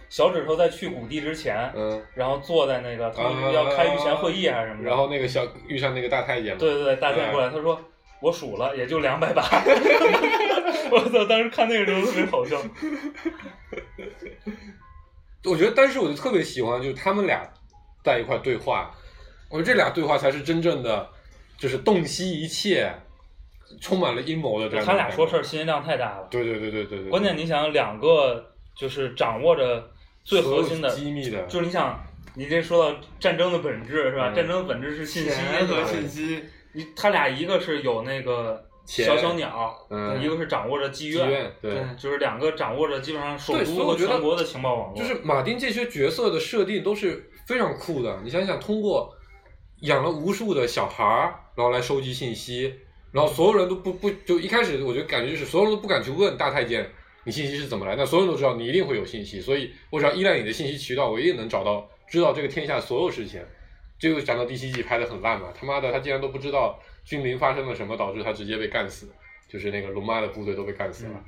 Speaker 3: 小指头在去谷地之前，
Speaker 4: 嗯，啊
Speaker 3: 然后坐在那个他们要开御前会议还是什么的，
Speaker 4: 然后那个小遇上那个大太监嘛，
Speaker 3: 对对对，大帅过来，他说我数了，也就两百把。 我操！当时看那个时候特别好笑。
Speaker 4: 我觉得当时我就特别喜欢，就是他们俩在一块对话，我觉得这俩对话才是真正的，就是洞悉一切，充满了阴谋的这样的
Speaker 3: 他俩说事儿
Speaker 4: 感觉，
Speaker 3: 信息量太大了，
Speaker 4: 对对对对对对，
Speaker 3: 关键你想两个就是掌握着最核心的
Speaker 4: 所有机密的，
Speaker 3: 就是你想，你这说到战争的本质是吧？
Speaker 4: 嗯啊
Speaker 3: 战争的本质是信息
Speaker 2: 钱和
Speaker 3: 对吧
Speaker 2: 信息，
Speaker 3: 你他俩一个是有那个
Speaker 4: 钱
Speaker 3: 小小鸟，
Speaker 4: 嗯，
Speaker 3: 一个是掌握着妓
Speaker 4: 妓院，对。
Speaker 3: 就是两个掌握着基本上首
Speaker 4: 对所以
Speaker 3: 都
Speaker 4: 我
Speaker 3: 和
Speaker 4: 觉得
Speaker 3: 全国的情报网络。
Speaker 4: 就是马丁这些角色的设定都是非常酷的。你想想，通过养了无数的小孩儿，然后来收集信息，然后所有人都不不就一开始我就感觉就是所有人都不敢去问大太监你信息是怎么来的，所有人都知道你一定会有信息，所以我只要依赖你的信息渠道，我一定能找到知道这个天下所有事情。这个讲到第七季拍的很烂嘛，他妈的他竟然都不知道军民发生了什么，导致他直接被干死，就是那个龙妈的部队都被干死了。
Speaker 3: 嗯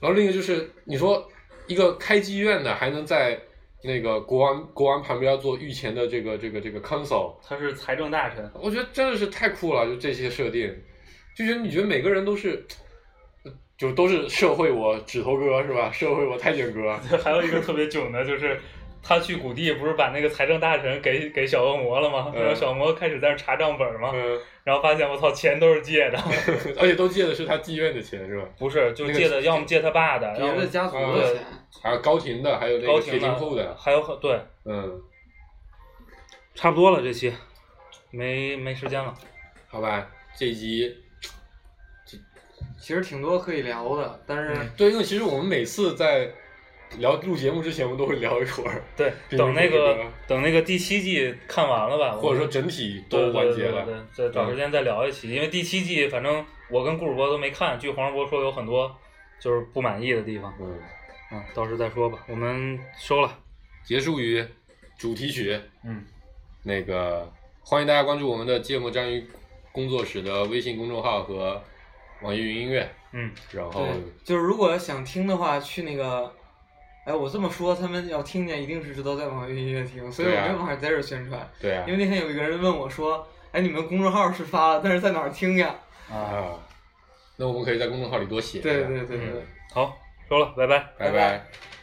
Speaker 4: 然后另一个就是你说一个开妓院的还能在那个国王国王旁边做御前的这个这个这个 council，
Speaker 3: 他是财政大臣，
Speaker 4: 我觉得真的是太酷了，就这些设定，就觉得你觉得每个人都是，呃就都是社会我指头哥是吧？社会我太监哥，
Speaker 3: 还有一个特别囧的就是。他去谷地不是把那个财政大臣给给小恶魔了吗？
Speaker 4: 嗯
Speaker 3: 然后小恶魔开始在那查账本吗？
Speaker 4: 嗯，
Speaker 3: 然后发现我操，钱都是借的，
Speaker 4: 而且都借的是他妓院的钱是吧？
Speaker 3: 不是就
Speaker 4: 那个
Speaker 3: 借的，要么借他爸的，
Speaker 2: 别
Speaker 3: 要么嗯
Speaker 2: 的家族的
Speaker 4: 对
Speaker 2: 钱，
Speaker 4: 还有高庭的，还有那
Speaker 3: 高
Speaker 4: 个铁
Speaker 3: 庭
Speaker 4: 金库
Speaker 3: 的，
Speaker 4: 的，
Speaker 3: 还有很对，
Speaker 4: 嗯，
Speaker 3: 差不多了，这期没没时间了。
Speaker 4: 好吧，这一集
Speaker 2: 其实挺多可以聊的，但是
Speaker 4: 对，因为其实我们每次在聊录节目之前，我们都会聊一会儿，
Speaker 3: 对，
Speaker 4: 对
Speaker 3: 等那
Speaker 4: 对对
Speaker 3: 个
Speaker 4: 对
Speaker 3: 等那个第七季看完了吧，
Speaker 4: 或者说
Speaker 3: 我们
Speaker 4: 整体
Speaker 3: 对
Speaker 4: 都完结
Speaker 3: 对
Speaker 4: 了。嗯
Speaker 3: 对对，对找时间再聊一期，因为第七季反正我跟顾主播都没看，据黄世博说有很多就是不满意的地方，
Speaker 4: 嗯，
Speaker 3: 嗯，到时再说吧，我们收了，
Speaker 4: 结束于主题曲。
Speaker 3: 嗯，
Speaker 4: 那个欢迎大家关注我们的芥末章鱼工作室的微信公众号和网易云音乐，
Speaker 3: 嗯，
Speaker 4: 然后
Speaker 2: 对，就是如果想听的话，去那个。哎，我这么说，他们要听见一定是知道在网易音乐听，所以我
Speaker 4: 对啊
Speaker 2: 没有办法在这儿宣传。
Speaker 4: 对啊
Speaker 2: 因为，那天有一个人问我说：“哎，你们公众号是发了，但是在哪儿听呀
Speaker 3: 啊，
Speaker 4: 啊，那我们可以在公众号里多？”写。
Speaker 2: 对对对对
Speaker 4: 嗯
Speaker 2: 对。
Speaker 3: 好，收了，拜拜。
Speaker 2: 拜
Speaker 4: 拜
Speaker 2: 拜